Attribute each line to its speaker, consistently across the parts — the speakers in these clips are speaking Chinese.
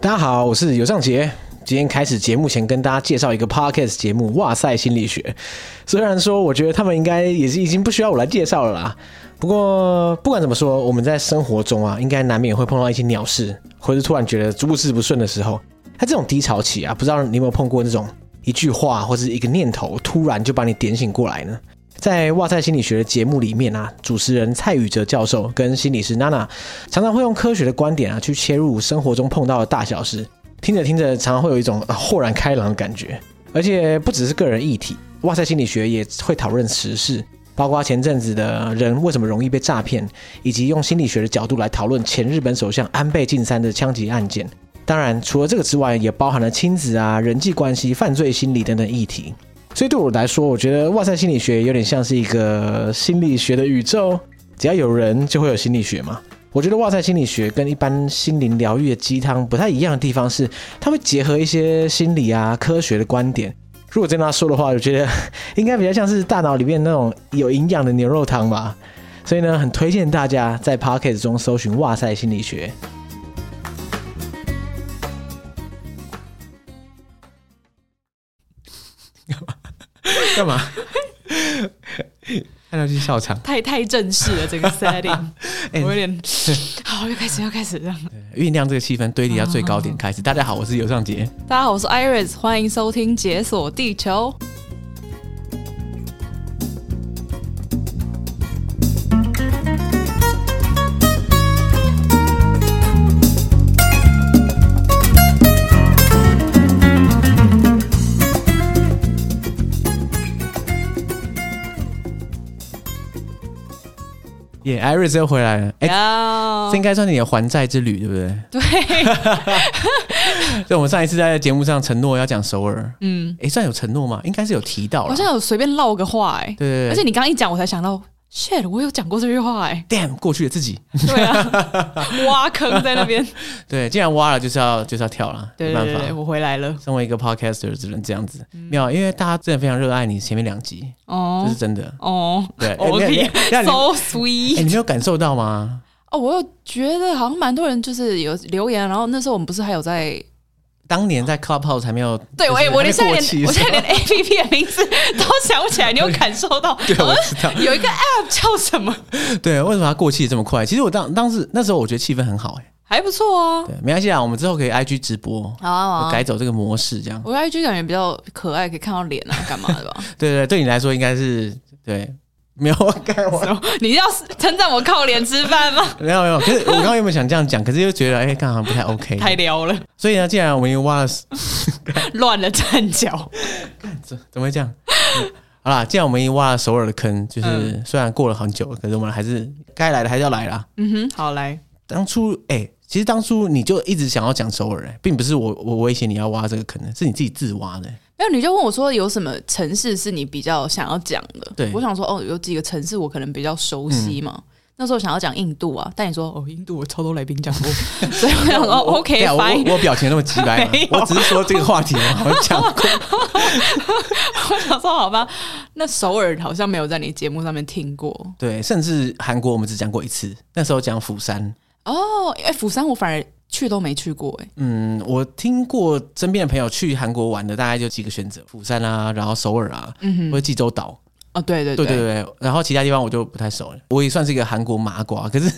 Speaker 1: 大家好，我是尤尚杰。今天开始节目前，跟大家介绍一个 podcast 节目《哇塞心理学》。虽然说，我觉得他们应该也是已经不需要我来介绍了啦。不过，不管怎么说，我们在生活中啊，应该难免会碰到一些鸟事，或是突然觉得诸事不顺的时候。他这种低潮期啊，不知道你有没有碰过那种一句话或是一个念头，突然就把你点醒过来呢？在《哇塞心理学》的节目里面啊，主持人蔡宇哲教授跟心理师娜娜常常会用科学的观点啊，去切入生活中碰到的大小事。听着听着，常常会有一种、啊豁然开朗的感觉。而且不只是个人议题，《哇塞心理学》也会讨论时事，包括前阵子的人为什么容易被诈骗，以及用心理学的角度来讨论前日本首相安倍晋三的枪击案件。当然，除了这个之外，也包含了亲子啊、人际关系、犯罪心理等等议题。所以对我来说，我觉得哇塞心理学有点像是一个心理学的宇宙，只要有人就会有心理学嘛。我觉得哇塞心理学跟一般心灵疗愈的鸡汤不太一样的地方是，它会结合一些心理啊、科学的观点。如果真的要说的话，我觉得应该比较像是大脑里面那种有营养的牛肉汤吧。所以呢，很推荐大家在 p o c k e t 中搜寻“哇塞心理 学”。
Speaker 2: 干嘛？看到去笑场，
Speaker 3: 太太正式 了，整个 setting，
Speaker 2: 哎
Speaker 3: 我有点好，又开始又开始这样。
Speaker 2: 酝酿这个气氛堆叠到最高点开
Speaker 3: 嗯
Speaker 2: 始。大家好，我是尤尚杰。
Speaker 3: 大家好，我是 Iris，欢迎收听《解锁地球》。
Speaker 2: 耶、艾瑞斯又回来了。哎、
Speaker 3: 呀
Speaker 2: 这应该算是你的还债之旅，对不对？
Speaker 3: 对，
Speaker 2: 就我们上一次在节目上承诺要讲首尔，
Speaker 3: 嗯，
Speaker 2: 哎、算有承诺吗？应该是有提到
Speaker 3: 好
Speaker 2: 了。
Speaker 3: 像有随便唠个话哎、
Speaker 2: 对对对，
Speaker 3: 而且你刚刚一讲，我才想到，shit，我有讲过这句话哎、
Speaker 2: damn 过去的自己，
Speaker 3: 对啊， 挖坑在那边。
Speaker 2: 对，既然挖了就是要就是要跳了，
Speaker 3: 对
Speaker 2: 没
Speaker 3: 对
Speaker 2: 办
Speaker 3: 对对，
Speaker 2: 法。
Speaker 3: 我回来了。
Speaker 2: 身为一个 podcaster，只能这样子。没有，因为大家真的非常热爱你前面两集，这
Speaker 3: 哦
Speaker 2: 是真的。
Speaker 3: 哦，
Speaker 2: 对，哎
Speaker 3: 我
Speaker 2: 没有
Speaker 3: 可以
Speaker 2: 没有没有你
Speaker 3: so
Speaker 2: 哎
Speaker 3: sweet
Speaker 2: 你没有感受到吗？
Speaker 3: 哦，我有觉得好像蛮多人就是有留言，然后那时候我们不是还有在
Speaker 2: 当年在 Clubhouse 还没有，
Speaker 3: 对，我
Speaker 2: 就是
Speaker 3: 我
Speaker 2: 还没
Speaker 3: 连现在
Speaker 2: 过期
Speaker 3: 连我现在连 A P P 的名字都想不起来，你有感受到？
Speaker 2: 对，我知道。
Speaker 3: 有一个 App 叫什么？
Speaker 2: 对，为什么它过气这么快？其实我当当时那时候我觉得气氛很好、欸，
Speaker 3: 还不错啊，
Speaker 2: 对，没关系啊，我们之后可以 IG 直播，
Speaker 3: 好啊，好
Speaker 2: 改走这个模式，这样。
Speaker 3: 我 IG 感觉比较可爱，可以看到脸啊，干嘛的 吧？
Speaker 2: 对对，对你来说应该是对，没有啊该我
Speaker 3: 然后你要称赞我靠脸吃饭 吗？
Speaker 2: 没有没有，可是我刚刚原本想这样讲，可是又觉得哎，刚、好像不太 OK，
Speaker 3: 太撩了，
Speaker 2: 所以呢，既然我们已经挖了，
Speaker 3: 乱了阵脚。
Speaker 2: 怎怎么会这样？嗯好啦，既然我们已经挖了首尔的坑，就是、
Speaker 3: 嗯
Speaker 2: 虽然过了很久，可是我们还是该来的还是要来啦。
Speaker 3: 嗯哼，好来，
Speaker 2: 当初哎、其实当初你就一直想要讲首尔、哎，并不是我我威胁你要挖这个坑的，是你自己自挖的、欸
Speaker 3: 没有你就问我说有什么城市是你比较想要讲的？
Speaker 2: 对嗯
Speaker 3: 我想说哦，有几个城市我可能比较熟悉嘛。那时候想要讲印度啊，但你 说哦，印度我超多来宾讲 过，所以我想说哦
Speaker 2: 对
Speaker 3: ，OK
Speaker 2: 啊，我
Speaker 3: fine，
Speaker 2: 我我表情那么直白吗
Speaker 3: 没，有
Speaker 2: 我只是说这个话题嘛，我讲过。
Speaker 3: 我想说，好吧，那首尔好像没有在你节目上面听过
Speaker 2: 对，甚至韩国我们只讲过一次，那时候讲釜山。
Speaker 3: 哦。哎、釜山我反而去都没去过、哎，
Speaker 2: 嗯，我听过身边的朋友去韩国玩的，大概就几个选择：釜山啊，然后首尔啊，
Speaker 3: 嗯
Speaker 2: 或
Speaker 3: 哼，
Speaker 2: 者济州岛。
Speaker 3: 哦，对对
Speaker 2: 对
Speaker 3: 对
Speaker 2: 对对，对然后其他地方我就不太熟了。我也算是一个韩国麻瓜， 可是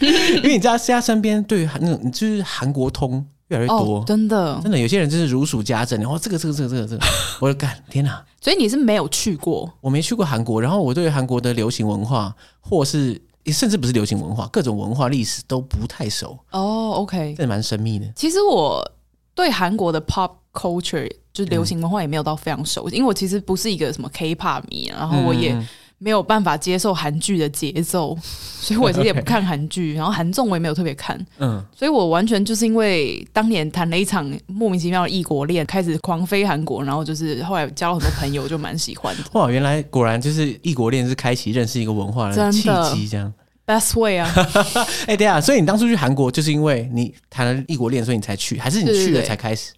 Speaker 2: 因为你知道，现在身边对于韩那种就是韩国通越来越多。
Speaker 3: 哦，真的，
Speaker 2: 真的，有些人真是如数家珍。然后这个这个这个这个这个，我就干天哪！
Speaker 3: 所以你是没有去过
Speaker 2: 我没去过韩国，然后我对韩国的流行文化，或是甚至不是流行文化，各种文化历史都不太熟，
Speaker 3: 哦，OK。
Speaker 2: 这蛮神秘的。
Speaker 3: 其实我对韩国的 pop culture 就是流行文化也没有到非常熟，因为我其实不是一个什么 K-pop 迷，然哦后我也
Speaker 2: 嗯
Speaker 3: 没有办法接受韩剧的节奏，所以我其实也不看韩剧，然后韩综我也没有特别看。
Speaker 2: 嗯，
Speaker 3: 所以我完全就是因为当年谈了一场莫名其妙的异国恋，开始狂飞韩国，然后就是后来交了很多朋友，就蛮喜欢的。
Speaker 2: 哇，原来果然就是异国恋是开启认识一个文化的契
Speaker 3: 真的
Speaker 2: 机，这样。
Speaker 3: Best way 啊，
Speaker 2: 哎、对啊，所以你当初去韩国就是因为你谈了异国恋，所以你才去，还是你
Speaker 3: 对对
Speaker 2: 去了
Speaker 3: 对
Speaker 2: 才开始？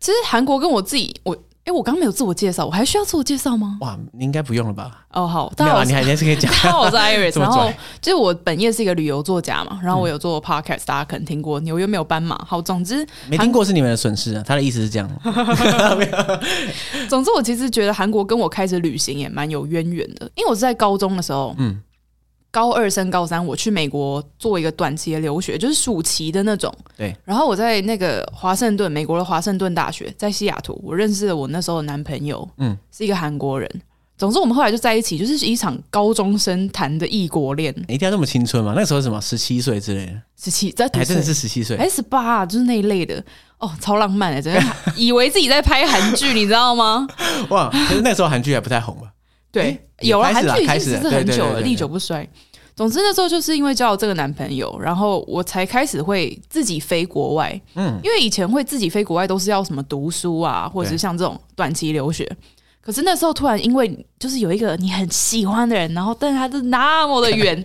Speaker 3: 其实韩国跟我自己，我哎、我刚刚没有自我介绍，我还需要自我介绍吗？
Speaker 2: 哇，你应该不用了吧？
Speaker 3: 哦，好，
Speaker 2: 没
Speaker 3: 大家
Speaker 2: 有
Speaker 3: 好，
Speaker 2: 啊，你还你还是可以
Speaker 3: 大
Speaker 2: 讲
Speaker 3: 家。好，我是 Iris，
Speaker 2: 这么
Speaker 3: 然后
Speaker 2: 拽嗯
Speaker 3: 就是我本业是一个旅游作家嘛，然后我有做 podcast，、大家可能听过《纽约没有斑马》。好，总之
Speaker 2: 没听过是你们的损失啊，他的意思是这样。
Speaker 3: 总之，我其实觉得韩国跟我开始旅行也蛮有渊源的，因为我是在高中的时候，嗯，高二升高三，我去美国做一个短期的留学，就是暑期的那种。
Speaker 2: 对。
Speaker 3: 然后我在那个华盛顿，美国的华盛顿大学，在西雅图，我认识了我那时候的男朋友，
Speaker 2: 嗯
Speaker 3: 嗯，是一个韩国人。总之，我们后来就在一起，就是一场高中生谈的异国恋。
Speaker 2: 你一定要这么青春嘛？那时候是什么十七岁之类的，
Speaker 3: 十七，在读
Speaker 2: 还真的
Speaker 3: 书
Speaker 2: 是十七岁。
Speaker 3: 还是十八、啊，就是那一类的。哦，超浪漫的、真的以为自己在拍韩剧，你知道吗？
Speaker 2: 哇，可是那时候韩剧还不太红吧？
Speaker 3: 对
Speaker 2: 诶，也
Speaker 3: 有了
Speaker 2: 开
Speaker 3: 韩
Speaker 2: 始了
Speaker 3: 剧已经
Speaker 2: 开
Speaker 3: 其
Speaker 2: 始了
Speaker 3: 实很
Speaker 2: 对对
Speaker 3: 久
Speaker 2: 对
Speaker 3: 了，
Speaker 2: 对
Speaker 3: 历
Speaker 2: 对
Speaker 3: 久不衰。总之那时候就是因为交了这个男朋友，然后我才开始会自己飞国外。嗯，因为以前会自己飞国外都是要什么读书啊，或者是
Speaker 2: 对
Speaker 3: 像这种短期留学。可是那时候突然因为就是有一个你很喜欢的人，然后但是他是那么 的远，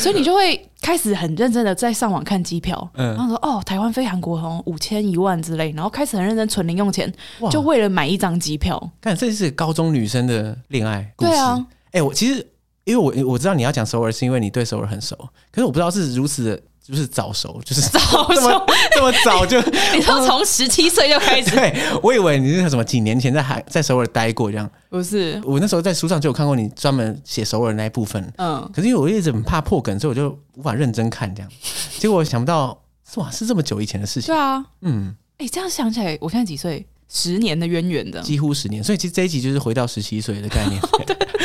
Speaker 3: 所以你就会开始很认真的在上网看机票，
Speaker 2: 嗯
Speaker 3: 然后说哦台湾飞韩国好像五千一万之类，然后开始很认真存零用钱，
Speaker 2: 哇
Speaker 3: 就为了买一张 机票。
Speaker 2: 看，这是高中女生的恋爱故事。
Speaker 3: 对啊，
Speaker 2: 哎、我其实因为我我知道你要讲首尔，是因为你对首尔很熟，可是我不知道是如此的，就是早熟，就是早
Speaker 3: 好
Speaker 2: 这
Speaker 3: 说
Speaker 2: 么这么早就，
Speaker 3: 你说从十七岁就开始？
Speaker 2: 对我以为你是什么几年前在海在首尔待过这样。
Speaker 3: 不是，
Speaker 2: 我那时候在书上就有看过你专门写首尔那一部分，
Speaker 3: 嗯，
Speaker 2: 可是因为我一直很怕破梗，所以我就无法认真看这样。结果我想不到，哇，是这么久以前的事情
Speaker 3: 对，啊。
Speaker 2: 嗯，
Speaker 3: 哎、这样想起来，我现在几岁？十年的渊源的
Speaker 2: 几乎十年。所以其实这一集就是回到十七岁的概念。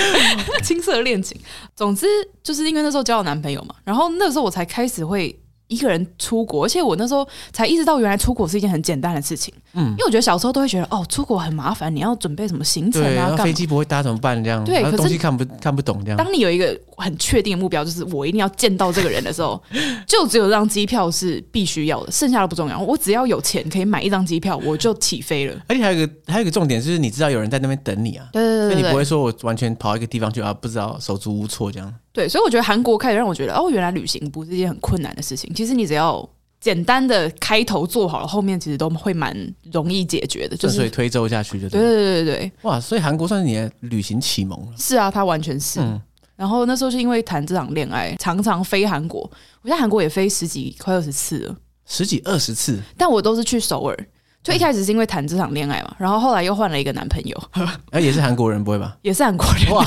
Speaker 3: 青涩恋情。总之，就是因为那时候交了男朋友嘛，然后那时候我才开始会一个人出国，而且我那时候才意识到，原来出国是一件很简单的事情。嗯，因为我觉得小时候都会觉得，哦，出国很麻烦，你要准备什么行程
Speaker 2: 对，然
Speaker 3: 啊，
Speaker 2: 后
Speaker 3: 干
Speaker 2: 飞
Speaker 3: 嘛？
Speaker 2: 机啊不会搭怎么办？这样，
Speaker 3: 对
Speaker 2: 然后
Speaker 3: 可是
Speaker 2: 东西看不看不懂这样。
Speaker 3: 当你有一个很确定的目标，就是我一定要见到这个人的 时候，就只有这张机票是必须要的，剩下的不重要。我只要有钱可以买一张机票，我就起飞了。
Speaker 2: 而且还有一个还有一个重点就是，你知道有人在那边等你啊，
Speaker 3: 对对对
Speaker 2: 所
Speaker 3: 对
Speaker 2: 以
Speaker 3: 对，
Speaker 2: 你不会说我完全跑一个地方去啊，不知道手足无措这样。
Speaker 3: 对，所以我觉得韩国开始让我觉得，哦，原来旅行不是一件很困难的事情。其实你只要简单的开头做好了，后面其实都会蛮容易解决的。就
Speaker 2: 顺
Speaker 3: 是
Speaker 2: 水推舟下去就
Speaker 3: 对
Speaker 2: 对了。
Speaker 3: 对对对对，
Speaker 2: 哇，所以韩国算是你的旅行启蒙了。
Speaker 3: 是啊，他完全是。
Speaker 2: 嗯
Speaker 3: 然后那时候是因为谈这场恋爱，常常飞韩国，我在韩国也飞十几快二十次了，
Speaker 2: 十几二十次，
Speaker 3: 但我都是去首尔。就一开始是因为谈这场恋爱嘛，然后后来又换了一个男朋友， ？
Speaker 2: 哎、也是韩国人不会吧
Speaker 3: 也是韩国人，
Speaker 2: 哇，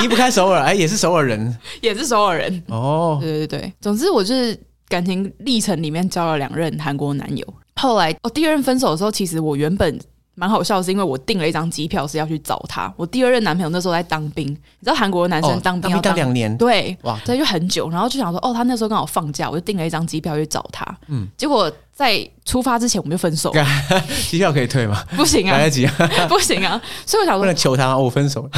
Speaker 2: 离不开首尔，哎、也是首尔人
Speaker 3: 也是首尔人，
Speaker 2: 哦。
Speaker 3: 对对对，总之我就是感情历程里面交了两任韩国男友，后来哦第二任分手的时候，其实我原本。蛮好笑的是，因为我订了一张机票是要去找他。我第二任男朋友那时候在当兵，你知道韩国的男
Speaker 2: 哦
Speaker 3: 生当兵要
Speaker 2: 当两年，
Speaker 3: 对，
Speaker 2: 哇，
Speaker 3: 所以就很久，然后就想说，哦，他那时候刚好放假，我就订了一张机票去找他。嗯，结果在出发之前我们就 分手了，
Speaker 2: 机票可以退吗？
Speaker 3: 不行
Speaker 2: 来
Speaker 3: 啊
Speaker 2: 得， 及啊，
Speaker 3: 不行啊！所以我想
Speaker 2: 不
Speaker 3: 说
Speaker 2: 能，求他，哦我分手了。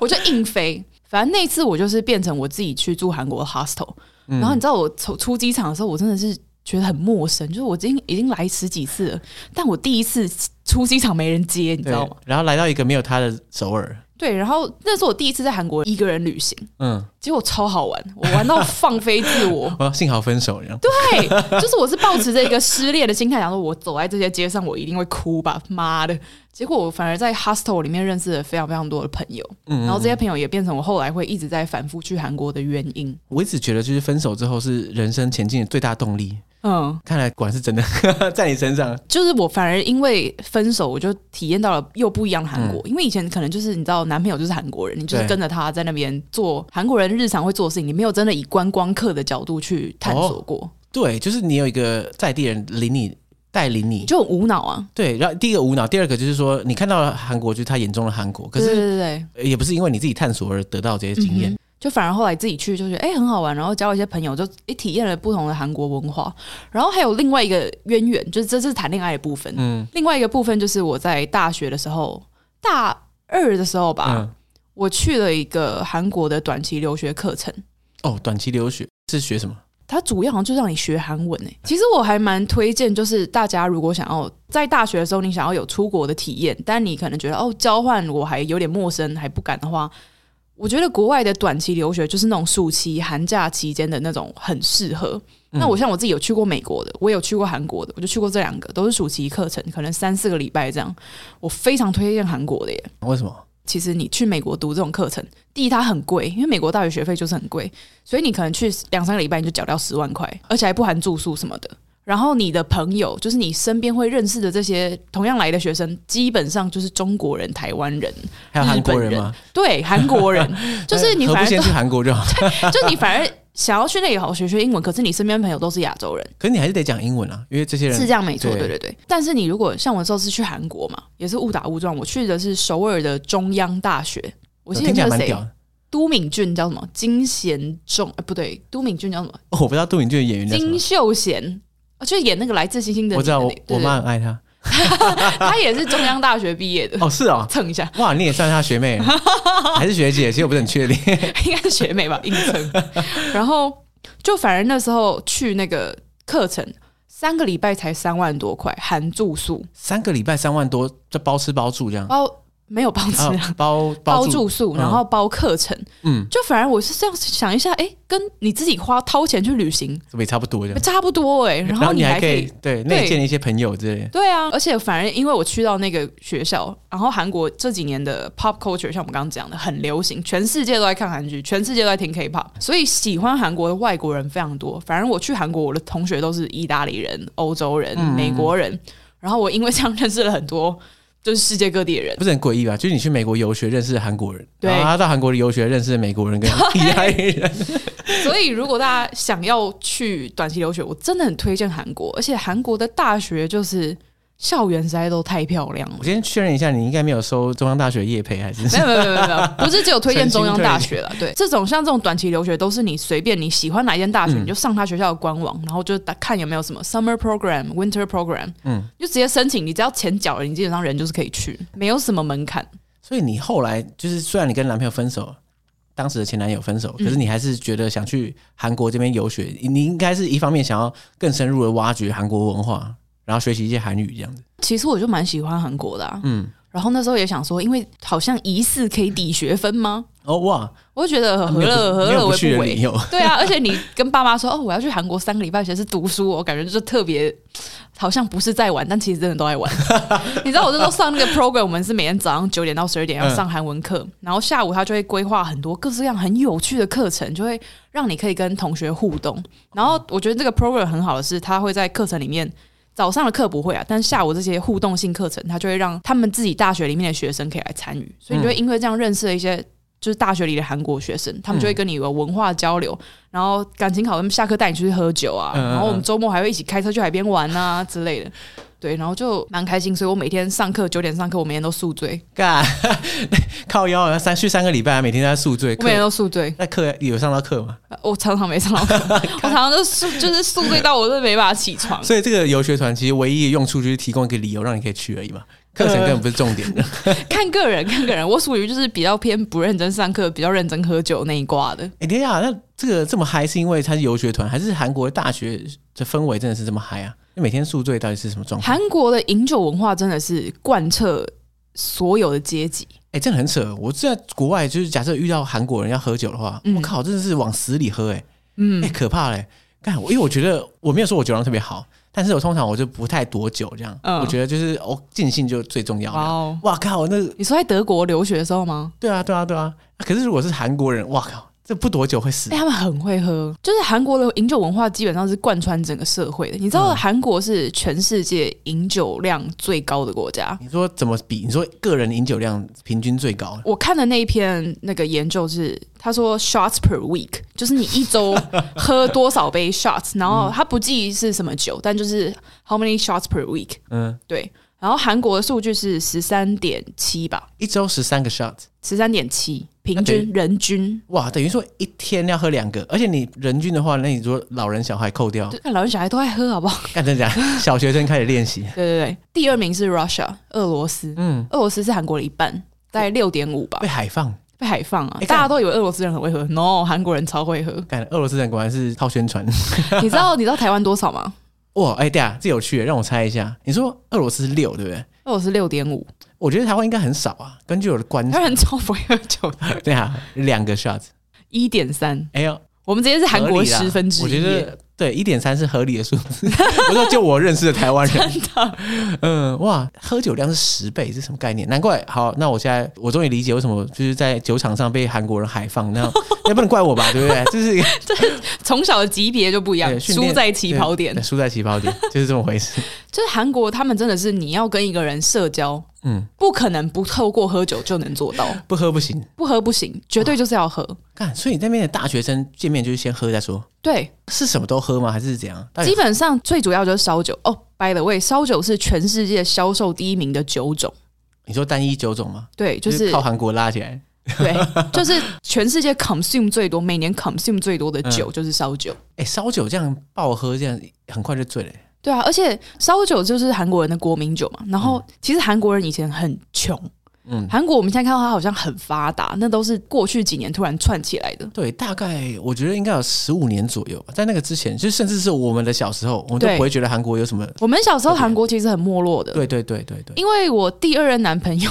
Speaker 3: 我就硬飞。反正那一次我就是变成我自己去住韩国的 hostel，、然后你知道我从出机场的时候，我真的是觉得很陌生，就是我已经已经来十几次了，但我第一次出机场没人接， 你知
Speaker 2: 对
Speaker 3: 道吗？，
Speaker 2: 然后来到一个没有他的首尔，
Speaker 3: 对，然后那是我第一次在韩国一个人旅行，
Speaker 2: 嗯，。
Speaker 3: 结果超好玩，我玩到放飞自我
Speaker 2: 我幸好分手了。
Speaker 3: 对，就是我是抱持着一个失恋的心态，然后我走在这些街上，我一定会哭吧，妈的！结果我反而在 hostel 里面认识了非常非常多的朋友，
Speaker 2: 嗯
Speaker 3: 然后这些朋友也变成我后来会一直在反复去韩国的原因。
Speaker 2: 我一直觉得，就是分手之后是人生前进的最大动力。
Speaker 3: 嗯，
Speaker 2: 看来果然是真的， 在你身上。
Speaker 3: 就是我反而因为分手，我就体验到了又不一样的韩国。因为以前可能就是你知道，男朋友就是韩国人，你就是
Speaker 2: 嗯对
Speaker 3: 跟着他在那边做韩国人日常会做的事情，你没有真的以观光客的角度去探索过，
Speaker 2: 对，就是你有一个在地人领你带领
Speaker 3: 你
Speaker 2: 你。
Speaker 3: 就很无脑啊。
Speaker 2: 对，然后第一个无脑，第二个就是说，你看到了韩国，就是他眼中的韩国，可
Speaker 3: 对
Speaker 2: 是
Speaker 3: 对对对，嗯
Speaker 2: 呃也不是因为你自己探索而得到这些经验。
Speaker 3: 就反而后来自己去就觉得哎、诶很好玩，然后交了一些朋友，就也体验了不同的韩国文化。然后还有另外一个渊源，就是这是谈恋爱的部分。
Speaker 2: 嗯
Speaker 3: 另外一个部分就是我在大学的时候，大二的时候吧，
Speaker 2: 嗯，
Speaker 3: 我去了一个韩国的短期留学课程。
Speaker 2: 哦，短期留学是学什么？
Speaker 3: 它主要好像就让你学韩文诶、欸其实我还蛮推荐，就是大家如果想要在大学的时候，你想要有出国的体验，但你可能觉得哦，交换我还有点陌生，还不敢的话，我觉得国外的短期留学就是那种暑期、寒假期间的那种很适合。那我像我自己有去过美国的，我有去过韩国的，我就去过这两个，都是暑期课程，可能三四个礼拜这样。我非常推荐韩国的耶。
Speaker 2: 为什么？
Speaker 3: 其实你去美国读这种课程，第一它很贵，因为美国大学学费就是很贵，所以你可能去两三个礼拜你就缴掉十万块，而且还不含住宿什么的。然后你的朋友，就是你身边会认识的这些同样来的学生，基本上就是中国人、台湾人、
Speaker 2: 还有韩国
Speaker 3: 日本
Speaker 2: 人
Speaker 3: 人
Speaker 2: 吗？
Speaker 3: 对韩国人， 就是你
Speaker 2: 何
Speaker 3: 反
Speaker 2: 不
Speaker 3: 而
Speaker 2: 先去韩国就好？
Speaker 3: 都 就你反而想要去那里好好学学英文，可是你身边朋友都是亚洲人，
Speaker 2: 可是你还是得讲英文啊，因为这些人
Speaker 3: 是这样没错，
Speaker 2: 对
Speaker 3: 对对对。但是你如果像我这次去韩国嘛，也是误打误撞，我去的是首尔的中央大学，我记得
Speaker 2: 听起来
Speaker 3: 那个
Speaker 2: 蛮
Speaker 3: 谁
Speaker 2: 屌，的。
Speaker 3: 都敏俊叫什么？金贤重，呃，不对，都敏俊叫什么？
Speaker 2: 哦我不知道杜敏俊的演员叫什
Speaker 3: 金
Speaker 2: 么，
Speaker 3: 秀贤，啊，就是演那个《来自星星的你》
Speaker 2: 我知道
Speaker 3: 的
Speaker 2: 我
Speaker 3: 那个
Speaker 2: 我
Speaker 3: 对
Speaker 2: 妈很爱他。
Speaker 3: 对他也是中央大学毕业的，
Speaker 2: 哦，是哦，
Speaker 3: 蹭一下，
Speaker 2: 哇，你也算是他学妹，还是学姐？其实我不是很确定。
Speaker 3: 应该是学妹吧，硬蹭。然后就反而那时候去那个课程，三个礼拜才三万多块，含住宿，
Speaker 2: 三个礼拜三万多，就包吃包住这样，
Speaker 3: 包没有包吃、哦啊。
Speaker 2: 啊包
Speaker 3: 包
Speaker 2: 住
Speaker 3: 住宿，
Speaker 2: 嗯
Speaker 3: 然后包课程，
Speaker 2: 嗯，
Speaker 3: 就反而我是这样想一下，哎、跟你自己花掏钱去旅行
Speaker 2: 这不也差不多这样。
Speaker 3: 差不多哎、然
Speaker 2: 然后
Speaker 3: 你
Speaker 2: 你还
Speaker 3: 可
Speaker 2: 可
Speaker 3: 以
Speaker 2: 以对内建一些朋友之类的。
Speaker 3: 对啊，而且反而因为我去到那个学校，然后韩国这几年的 pop culture，像我们刚刚讲的，很流行，全世界都在看韩剧，全世界都在听 K-pop，所以喜欢韩国的外国人非常多。反正我去韩国，我的同学都是意大利人、欧洲人、美国人，然后我因为这样认识了很多就是世界各地 的人。
Speaker 2: 不是很诡异吧？就是你去美国游学认识韩国人，
Speaker 3: 对
Speaker 2: 然后他到韩国游学认识美国人 跟意大利人，
Speaker 3: 所以如果大家想要去短期留学，我真的很推荐韩国，而且韩国的大学就是校园实在都太漂亮了
Speaker 2: 我。先确认一下，你应该没有收中央大学叶培还是？
Speaker 3: 没有没有没有没有没 有，不是只有推荐中央大学了。对，这种像这种短期留学，都是你随便你喜欢哪一间大学，
Speaker 2: 嗯
Speaker 3: 你就上他学校的官网，然后就打看有没有什么 summer program、winter program，嗯，就直接申请。你只要钱缴了，你基本上人就是可以去，
Speaker 2: 嗯
Speaker 3: 没有什么门槛。
Speaker 2: 所以你后来就是虽然你跟男朋友分手，当时的前男友分
Speaker 3: 嗯
Speaker 2: 手，可是你还是觉得想去韩国这边游学，你应该是一方面想要更深入的挖掘韩国文化，然后学习一些韩语这样子。
Speaker 3: 其实我就蛮喜欢韩国的、啊，
Speaker 2: 嗯
Speaker 3: 嗯。然后那时候也想说，因为好像疑似可以抵学分吗？
Speaker 2: 哦哇，
Speaker 3: 我就觉得何
Speaker 2: 啊没有
Speaker 3: 哦乐
Speaker 2: 不
Speaker 3: 何
Speaker 2: 没有
Speaker 3: 乐
Speaker 2: 不
Speaker 3: 为
Speaker 2: 去的
Speaker 3: 为
Speaker 2: 理？ 由。
Speaker 3: 对啊，而且你跟爸妈说哦，我要去韩国三个礼拜学是读书，我感觉就是特别好像不是在玩，但其实真的都在玩。你知道我那时候上那个 program，我们是每天早上九点到十二点要上韩文课，然后下午他就会规划很多各式各样很有趣的课程，就会让你可以跟同学互动。然
Speaker 2: 哦
Speaker 3: 后我觉得这个 program 很好的是，他会在课程里面。早上的课不会啊，但下午这些互动性课程，他就会让他们自己大学里面的学生可以来参与，所
Speaker 2: 嗯
Speaker 3: 以你就会因为这样认识了一些就是大学里的韩国学生，他们
Speaker 2: 嗯
Speaker 3: 就会跟你有文化交流，然后感情好，他们下课带你出去喝酒啊，
Speaker 2: 嗯嗯嗯
Speaker 3: 然后我们周末还会一起开车去海边玩啊 之类的，对，然后就蛮开心，所以我每天上课九点上课，我每天都宿醉，
Speaker 2: 干 靠腰啊，三去三个礼拜，每天都在宿醉。
Speaker 3: 我每天
Speaker 2: 课
Speaker 3: 都宿醉，
Speaker 2: 那课有上到课吗？
Speaker 3: 呃我常常没上到 课，我常常就宿就是宿醉到我真的没办法起床，
Speaker 2: 所以这个游学团其实唯一的用处就是提供一个理由让你可以去而已嘛，课程根本不是重
Speaker 3: 呃
Speaker 2: 点的。
Speaker 3: 看个人看个人，我属于就是比较偏不认真上课，比较认真喝酒那一挂的。
Speaker 2: 哎、等一下，那这个这么嗨是因为它是游学团，还是韩国大学的氛围真的是这么嗨啊？那每天宿醉到底是什么状况？
Speaker 3: 韩国的饮酒文化真的是贯彻所有的阶级，
Speaker 2: 哎、真的很扯。我在国外就是假设遇到韩国人要喝酒的话，
Speaker 3: 嗯
Speaker 2: 我靠，真的是往死里喝、欸，哎，
Speaker 3: 嗯
Speaker 2: 哎，可怕嘞、干我，因为我觉得我没有说我酒量特别好，但是我通常我就不太躲酒这样。
Speaker 3: 嗯
Speaker 2: 我觉得就是我、哦、尽兴就最重要。
Speaker 3: 哇哦！
Speaker 2: 哇靠，那
Speaker 3: 你说在德国留学的时候吗？
Speaker 2: 对啊对啊对啊。可是如果是韩国人，哇靠，这不躲酒会死
Speaker 3: 哎、。他们很会喝，就是韩国的饮酒文化基本上是贯穿整个社会的。你知道韩国是全世界饮酒量最高的国家。
Speaker 2: 你说怎么比？你说个人饮酒量平均最高，
Speaker 3: 我看的那一篇那个研究是，他说 shots per week，就是你一周喝多少杯 shots，然后他不记是什么酒，但就是 how many shots per week，
Speaker 2: 嗯，
Speaker 3: 对。然后韩国的数据是十三点七吧，
Speaker 2: 一周十三个 shot。
Speaker 3: 十三点七，平
Speaker 2: 那等于
Speaker 3: 均人均。
Speaker 2: 哇，等于说一天要喝两个，而且你人均的话，那你说老人小孩扣掉，
Speaker 3: 哦看老人小孩都爱喝，好不好？
Speaker 2: 干真假？小学生开始练习，
Speaker 3: 对对对，第二名是 Russia 俄罗斯，
Speaker 2: 嗯，
Speaker 3: 俄罗斯是韩国的一半，大概六点五吧
Speaker 2: 被，海放。
Speaker 3: 被海放啊！
Speaker 2: 哎
Speaker 3: 大
Speaker 2: 干。
Speaker 3: 家都以为俄罗斯人很会喝，no，韩国人超会喝
Speaker 2: 干，俄罗斯人果然是靠宣传。
Speaker 3: 你知道你知道台湾多少吗？
Speaker 2: 哇，哎、对啊，这有趣耶，让我猜一下，你说俄罗斯六对不对？
Speaker 3: 那我是六点五，
Speaker 2: 我觉得台湾应该很少啊，根据我的观
Speaker 3: 台
Speaker 2: 察
Speaker 3: 湾，人超不会喝酒的，
Speaker 2: 对啊，两个 shot，
Speaker 3: 一点三，
Speaker 2: 哎呦，
Speaker 3: 我们直接是韩
Speaker 2: 合
Speaker 3: 国
Speaker 2: 理啦
Speaker 3: 十分之一，
Speaker 2: 我觉得对一点三是合理的数字。 我说就我认识的台湾人，
Speaker 3: 真的
Speaker 2: 嗯，哇，喝酒量是十倍，这是什么概念？难怪好，那我现在我终于理解为什么就是在酒场上被韩国人海放， 那也不能怪我吧，对不对？就是一个
Speaker 3: 从小的级别就不一样，
Speaker 2: 对训练
Speaker 3: 输在起跑点
Speaker 2: 对。输在起跑点，就是这么回事。
Speaker 3: 就是韩国他们真的是你要跟一个人社交，
Speaker 2: 嗯
Speaker 3: 嗯，不可能不透过喝酒就能做到，
Speaker 2: 不喝不行，
Speaker 3: 不喝不行，绝对就是要喝。
Speaker 2: 看，所以那边的大学生见面就是先喝再说，
Speaker 3: 对，
Speaker 2: 是什么都喝吗？还是怎样？到底
Speaker 3: 基本上最主要就是烧酒哦。By the way，烧酒是全世界销售第一名的酒种。
Speaker 2: 你说单一酒种吗？
Speaker 3: 对，就
Speaker 2: 就是靠韩国拉起来，
Speaker 3: 对，就是全世界 consume 最多，每年 consume 最多的酒就是烧酒。
Speaker 2: 哎、烧酒这样爆喝，这样很快就醉了、
Speaker 3: 对啊，而且烧酒就是韩国人的国民酒嘛。然后其实韩国人以前很穷，
Speaker 2: 嗯
Speaker 3: 嗯，韩国我们现在看到它好像很发达，那都是过去几年突然串起来的。
Speaker 2: 对，大概我觉得应该有十五年左右吧，在那个之前，就甚至是我们的小时候，我们都
Speaker 3: 对呃
Speaker 2: 不会觉得韩国有什么。
Speaker 3: 我们小时候韩国其实很没落的，
Speaker 2: 对对对对对，
Speaker 3: 因为我第二任男 朋友，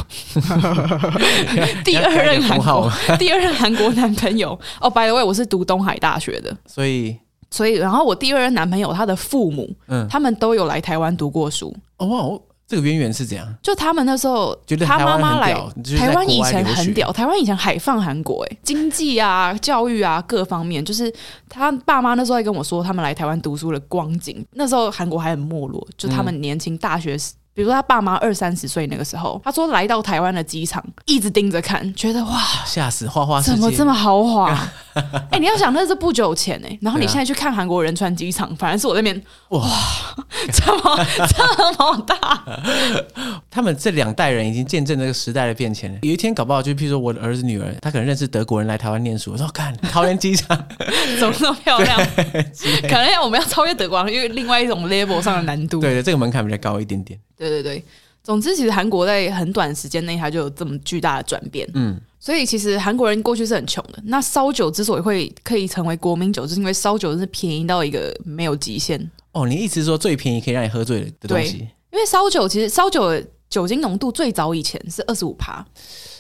Speaker 3: 第二
Speaker 2: 要改
Speaker 3: 任
Speaker 2: 个
Speaker 3: 韩
Speaker 2: 封号
Speaker 3: 国
Speaker 2: 吗，
Speaker 3: 第二任韩国男朋友哦、b y the way，我是读东海大学的，
Speaker 2: 所以
Speaker 3: 所以然后我第二任男朋友他的父母，
Speaker 2: 嗯，
Speaker 3: 他们都有来台湾读过书，
Speaker 2: 哦哇，我这个渊源是怎样？
Speaker 3: 就他们那时候
Speaker 2: 觉得
Speaker 3: 他
Speaker 2: 台
Speaker 3: 妈
Speaker 2: 湾
Speaker 3: 妈
Speaker 2: 很
Speaker 3: 来
Speaker 2: 屌，就是在
Speaker 3: 台湾
Speaker 2: 国
Speaker 3: 以
Speaker 2: 外
Speaker 3: 前
Speaker 2: 留
Speaker 3: 很
Speaker 2: 学，
Speaker 3: 屌，台湾以前海放韩国、欸，经济啊、教育啊各方面，就是他爸妈那时候还跟我说，他们来台湾读书的光景。那时候韩国还很没落，就他们年轻大学时。比如说他爸妈二三十岁那个时候，他说来到台湾的机场，一直盯着看，觉得哇，
Speaker 2: 吓死花花世
Speaker 3: 怎
Speaker 2: 界，
Speaker 3: 么这么豪华？ 哎、你要想那是不久前哎、然后你
Speaker 2: 对啊
Speaker 3: 现在去看韩国人穿机场，反而是我那边
Speaker 2: 哇
Speaker 3: 哇，这么这么大，
Speaker 2: 他们这两代人已经见证这个时代的变迁了。有一天搞不好，就譬如说我的儿子女儿，他可能认识德国人来台湾念书，我说 看桃园机场，
Speaker 3: 怎么那么漂 亮？可能要我们要超越德国，因为另外一种 level 上的难度。
Speaker 2: 对对，这个门槛比较高一点点。
Speaker 3: 对对对总之其实韩国在很短时间内它就有这么巨大的转变。
Speaker 2: 嗯
Speaker 3: 嗯，所以其实韩国人过去是很穷的。那烧酒之所以会可以成为国民酒，就是因为烧酒真是便宜到一个没有极限。
Speaker 2: 哦，你一直说最便宜可以让你喝醉的东西，
Speaker 3: 因为烧酒其实烧酒的酒精浓度最早以前是二十五趴，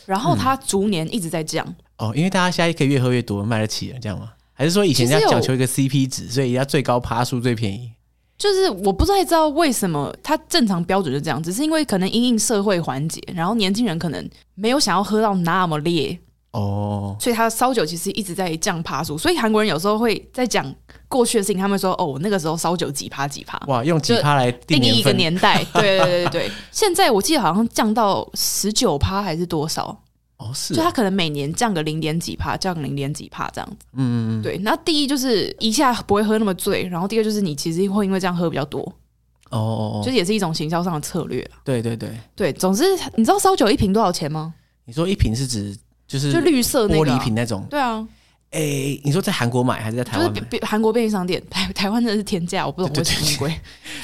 Speaker 3: 然后它逐年一直在降。
Speaker 2: 哦，因为大家现在可以越喝越多，卖得起了，这样吗？还是说以前人家
Speaker 3: 其实有
Speaker 2: 讲求一个 CP 值，所以人家最高趴数最便宜？
Speaker 3: 就是我不太知道为什么它正常标准是这样，只是因为可能因应社会环节，然后年轻人可能没有想要喝到那么烈，
Speaker 2: 哦，
Speaker 3: 所以它烧酒其实一直在降趴数。所以韩国人有时候会在讲过去的事情，他们说哦，那个时候烧酒几趴几趴，
Speaker 2: 哇，用几趴来定
Speaker 3: 定义一个
Speaker 2: 分
Speaker 3: 年 代。对对对对对，现在我记得好像降到十九趴还是多少，
Speaker 2: 哦，是
Speaker 3: 就它
Speaker 2: 啊，
Speaker 3: 可能每年降个零点几趴，降零点几趴这样子。
Speaker 2: 嗯嗯嗯，
Speaker 3: 对，那第一就是一下不会喝那么醉，然后第二就是你其实会因为这样喝比较多，
Speaker 2: 哦哦哦，
Speaker 3: 就是也是一种行销上的策略。
Speaker 2: 对对对，
Speaker 3: 对，总之你知道烧酒一瓶多少钱吗？
Speaker 2: 你说一瓶是指就是
Speaker 3: 就绿色那
Speaker 2: 玻
Speaker 3: 个啊、
Speaker 2: 璃瓶那种？
Speaker 3: 对啊，
Speaker 2: 哎、你说在韩国买还是在台
Speaker 3: 就是
Speaker 2: 湾
Speaker 3: 比
Speaker 2: 买？
Speaker 3: 比韩国便利商店， 台台湾真的是天价，我不懂
Speaker 2: 对
Speaker 3: 为
Speaker 2: 对
Speaker 3: 什么那么贵。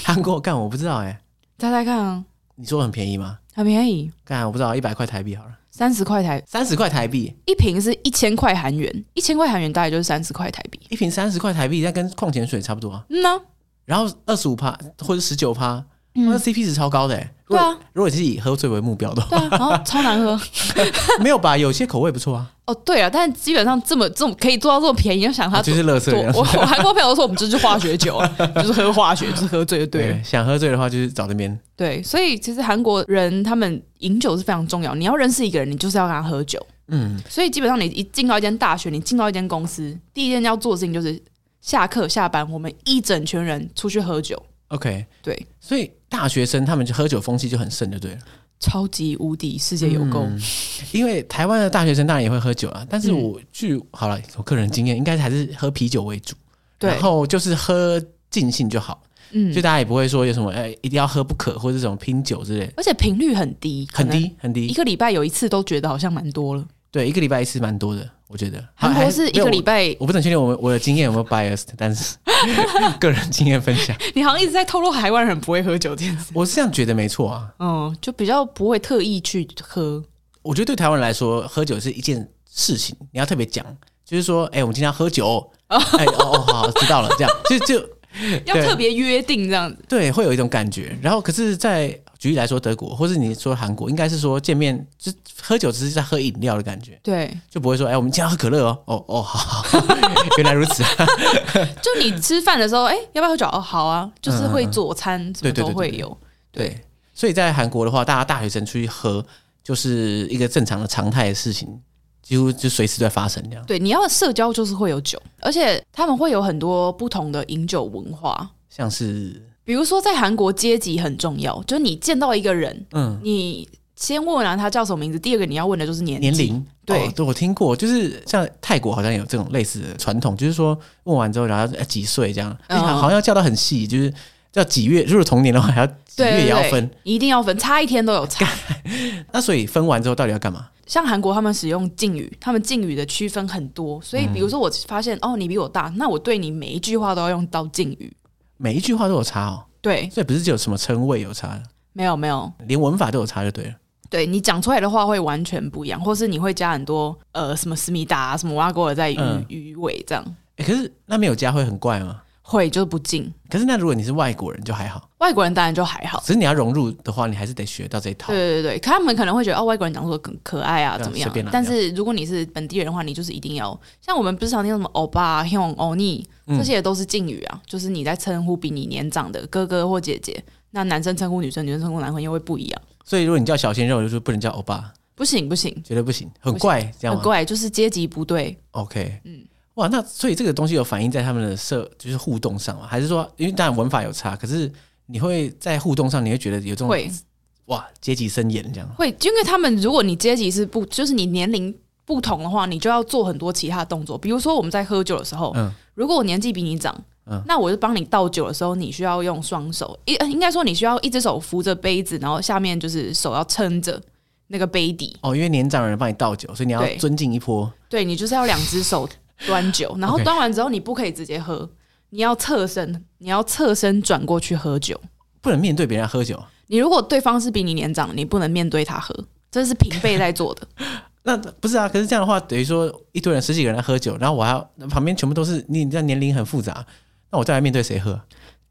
Speaker 2: 韩国干我不知道哎、
Speaker 3: 猜猜看啊，
Speaker 2: 你说很便宜吗？
Speaker 3: 很便宜，
Speaker 2: 干我不知道，一百块台币好了，
Speaker 3: 三十块台
Speaker 2: 三十块台币
Speaker 3: 一瓶是一千块韩元，一千块韩元大概就是三十块台币。
Speaker 2: 一瓶三十块台币，那跟矿泉水差不多啊。
Speaker 3: 嗯呢、
Speaker 2: 然后二十五趴或者十九趴，
Speaker 3: 嗯
Speaker 2: 那 CP 值超高的、欸。如果
Speaker 3: 对啊，
Speaker 2: 如果是以喝醉为目标的话，
Speaker 3: 对啊，然后超难喝。
Speaker 2: 没有吧？有些口味不错啊，
Speaker 3: 哦，对啊，但基本上这么这么可以做到这么便宜，要想它
Speaker 2: 啊就是乐色
Speaker 3: 多。 我我韩国朋友说我们就是化学酒啊，就是喝化学，就是喝醉就对了。
Speaker 2: 想喝醉的话就是找那边。
Speaker 3: 对，所以其实韩国人他们饮酒是非常重要。你要认识一个人，你就是要跟他喝酒。
Speaker 2: 嗯，
Speaker 3: 所以基本上你一进到一间大学，你进到一间公司，第一件要做的事情就是下课下班，我们一整群人出去喝酒。
Speaker 2: OK，
Speaker 3: 对，
Speaker 2: 所以大学生他们就喝酒风气就很盛，就对了。
Speaker 3: 超级无敌世界有够、
Speaker 2: 嗯因为台湾的大学生当然也会喝酒啊，但是
Speaker 3: 嗯
Speaker 2: 我据、好了，我个人经验应该还是喝啤酒为主，
Speaker 3: 对
Speaker 2: 然，后就是喝尽兴就好，
Speaker 3: 嗯
Speaker 2: 所以，大家也不会说有什么哎、一定要喝不可或者什么拼酒之类的，
Speaker 3: 而且频率很低，可
Speaker 2: 很
Speaker 3: 能
Speaker 2: 低很
Speaker 3: 一
Speaker 2: 低。
Speaker 3: 个礼拜有一次都觉得好像蛮多了。
Speaker 2: 对，一个礼拜一次蛮多的，我觉得。
Speaker 3: 韩
Speaker 2: 啊还
Speaker 3: 国是一个礼，拜
Speaker 2: 我，我不能确定我们我的经验有没有 biased，但 是个人经验分享，
Speaker 3: 你好像一直在透露台湾人不会喝酒这件事。
Speaker 2: 我是这样觉得没错啊。
Speaker 3: 嗯，就比较不会特意去喝。
Speaker 2: 我觉得对台湾人来说，喝酒是一件事情，哦 你要特别讲，就是说，哎、我们今天要喝酒，哎、哦哦，好，知道了，这样就就
Speaker 3: 要特别约定这样子。
Speaker 2: 对，会有一种感觉。然后，可是在，举例来说，德国或是你说韩国，应该是说见面就喝酒只是在喝饮料的感觉，
Speaker 3: 对，
Speaker 2: 就不会说哎、我们今天要喝可乐哦，哦哦，好好， 好原来如 此啊，
Speaker 3: 就你吃饭的时候，哎、要不要喝酒？哦，好啊，就是
Speaker 2: 嗯
Speaker 3: 会
Speaker 2: 嗯嗯
Speaker 3: 佐餐，什
Speaker 2: 对
Speaker 3: 么
Speaker 2: 对
Speaker 3: 都
Speaker 2: 对
Speaker 3: 会
Speaker 2: 对
Speaker 3: 有。
Speaker 2: 对。所以在韩国的话，大家大学生出去喝就是一个正常的常态的事情，几乎就随时都在发生这样。
Speaker 3: 对，你要社交就是会有酒，而且他们会有很多不同的饮酒文化。
Speaker 2: 像是
Speaker 3: 比如说，在韩国阶级很重要，就是你见到一个人，
Speaker 2: 嗯
Speaker 3: 你先问完他叫什么名字，第二个你要问的就是年纪
Speaker 2: 年龄，
Speaker 3: 对
Speaker 2: 哦对我听过，就是像泰国好像有这种类似的传统，就是说问完之后，然后哎几岁这样，
Speaker 3: 嗯
Speaker 2: 好像要叫到很细，就是叫几月，如果同年的话还要几
Speaker 3: 对
Speaker 2: 月也要
Speaker 3: 对
Speaker 2: 分。
Speaker 3: 一定要分，差一天都有差。
Speaker 2: 那所以分完之后到底要干嘛？
Speaker 3: 像韩国他们使用敬语，他们敬语的区分很多，所以比如说我发现、
Speaker 2: 嗯
Speaker 3: 哦，你比我大，那我对你每一句话都要用到敬语。
Speaker 2: 每一句话都有差哦，
Speaker 3: 对，
Speaker 2: 所以不是只有什么称谓有差，
Speaker 3: 没有没有，
Speaker 2: 连文法都有差就对了。
Speaker 3: 对你讲出来的话会完全不一样，或是你会加很多呃什么思密达、什么挖沟尔在鱼、
Speaker 2: 嗯
Speaker 3: 鱼尾这样，
Speaker 2: 哎，可是那没有加会很怪吗？
Speaker 3: 会就是不敬。
Speaker 2: 可是那如果你是外国人就还好，
Speaker 3: 外国人当然就还好，
Speaker 2: 只是你要融入的话，你还是得学到这一套
Speaker 3: 哦对。啊对对，可他们可能会觉得哦，外国人讲说很可爱啊，
Speaker 2: 对啊
Speaker 3: 怎么样
Speaker 2: 随便啦？
Speaker 3: 但是如果你是本地人的话，你就是一定要像我们不是常听什么欧巴、兄、欧尼，
Speaker 2: 嗯
Speaker 3: 这些也都是敬语啊，就是你在称呼比你年长的哥哥或姐姐，那男生称呼女生，女生称呼男生又会不一样，
Speaker 2: 所以如果你叫小鲜肉，就是不能叫欧巴，
Speaker 3: 不行不行，
Speaker 2: 绝对不行，很怪这样
Speaker 3: 很
Speaker 2: 吗？
Speaker 3: 怪，就是阶级不对。
Speaker 2: OK，嗯，哇，那所以这个东西有反映在他们的社就是互动上吗？还是说，因为当然文法有差，可是你会在互动上，你会觉得有这种
Speaker 3: 会哦
Speaker 2: 哇阶级森严这样？
Speaker 3: 会，因为他们如果你阶级是不，就是你年龄不同的话，你就要做很多其他动作。比如说我们在喝酒的时候，
Speaker 2: 嗯
Speaker 3: 如果我年纪比你长，
Speaker 2: 嗯
Speaker 3: 那我就帮你倒酒的时候，你需要用双手，一呃应该说你需要一只手扶着杯子，然后下面就是手要撑着那个杯底，
Speaker 2: 哦，因为年长的人帮你倒酒，所以你要
Speaker 3: 对
Speaker 2: 尊敬一波。
Speaker 3: 对你就是要两只手端 酒，然后
Speaker 2: OK
Speaker 3: 端完之后你不可以直接喝，你要侧身，你要侧身转过去喝酒。
Speaker 2: 不能面对别人喝酒，
Speaker 3: 你如果对方是比你年长，你不能面对他喝，这是平辈在做的。
Speaker 2: 那不是啊？可是这样的话，等于说一堆人十几个人在喝酒，然后我还要旁边全部都是你，你这样年龄很复杂，那我再来面对谁喝？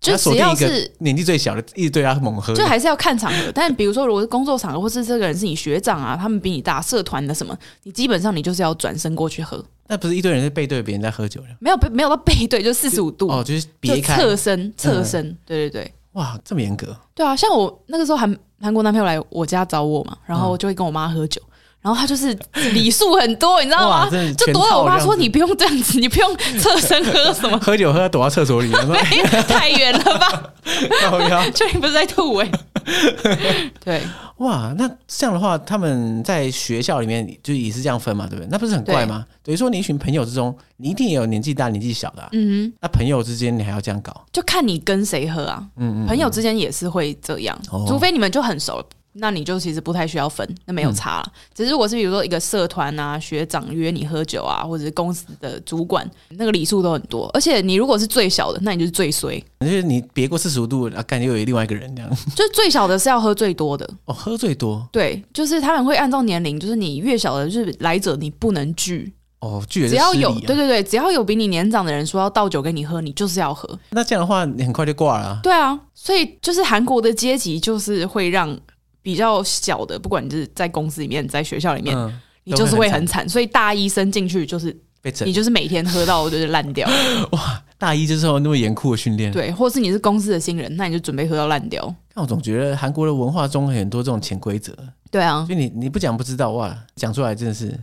Speaker 3: 就
Speaker 2: 那锁
Speaker 3: 只
Speaker 2: 定
Speaker 3: 要
Speaker 2: 一
Speaker 3: 是
Speaker 2: 个年纪最小的，一直对他猛喝，
Speaker 3: 就还是要看场合。但比如说，如果是工作场合，或是这个人是你学长啊，他们比你大，社团的什么，你基本上你就是要转身过去喝，
Speaker 2: 那不是一堆人是背对别人在喝酒的
Speaker 3: 没有没有到背 对，就四十五度，
Speaker 2: 哦，就是
Speaker 3: 就
Speaker 2: 别开嗯
Speaker 3: 侧身侧身，对对对。
Speaker 2: 哇，这么严格，
Speaker 3: 对啊，像我那个时候韩韩国男朋友来我家找我嘛，然
Speaker 2: 嗯
Speaker 3: 后就会跟我妈喝酒，然后他就是礼数很多，你知道吗
Speaker 2: 哇真的？
Speaker 3: 就
Speaker 2: 全
Speaker 3: 躲在我
Speaker 2: 套
Speaker 3: 妈
Speaker 2: 这样
Speaker 3: 说
Speaker 2: 子，
Speaker 3: 你不用这样子，你不用侧身喝什么
Speaker 2: 喝酒喝到躲到厕所里，然后
Speaker 3: 哎太远了吧？
Speaker 2: 靠腰
Speaker 3: 就你不是在吐 哎、对，
Speaker 2: 哇，那这样的话，他们在学校里面就也是这样分嘛，对不对？那不是很怪吗？等于说你一群朋友之中，你一定也有年纪大、年纪小的、啊，
Speaker 3: 嗯哼，
Speaker 2: 那朋友之间你还要这样搞，
Speaker 3: 就看你跟谁喝啊。
Speaker 2: 嗯嗯，
Speaker 3: 朋友之间也是会这样，
Speaker 2: 哦
Speaker 3: 除非你们就很熟了，那你就其实不太需要分，那没有差
Speaker 2: 嗯
Speaker 3: 了。只是如果是比如说一个社团啊、学长约你喝酒啊，或者是公司的主管，那个礼数都很多。而且你如果是最小的，那你就是最衰，
Speaker 2: 就是你别过四十五度，啊，感觉又有另外一个人这样，
Speaker 3: 就是最小的是要喝最多的。
Speaker 2: 哦，喝最多，
Speaker 3: 对，就是他们会按照年龄，就是你越小的，就是来者你不能拒，
Speaker 2: 哦，拒人
Speaker 3: 只要
Speaker 2: 失礼
Speaker 3: 有
Speaker 2: 啊
Speaker 3: 对对对，只要有比你年长的人说要倒酒给你喝，你就是要喝。
Speaker 2: 那这样的话，你很快就挂了啊、
Speaker 3: 对啊，所以就是韩国的阶级就是会让比较小的，不管你是在公司里面，在学校里面，
Speaker 2: 嗯，
Speaker 3: 你就是会很惨。所以大一生进去就是
Speaker 2: 被整
Speaker 3: 你。就是每天喝到就是烂 掉，
Speaker 2: 大一就是有那么严酷的训练，。
Speaker 3: 对，或是你是公司的新人，那你就准备喝到烂掉。
Speaker 2: 但我总觉得韩国的文化中很多这种潜规则，
Speaker 3: 对啊
Speaker 2: 所，以你你不讲不知道哇，讲出来真的是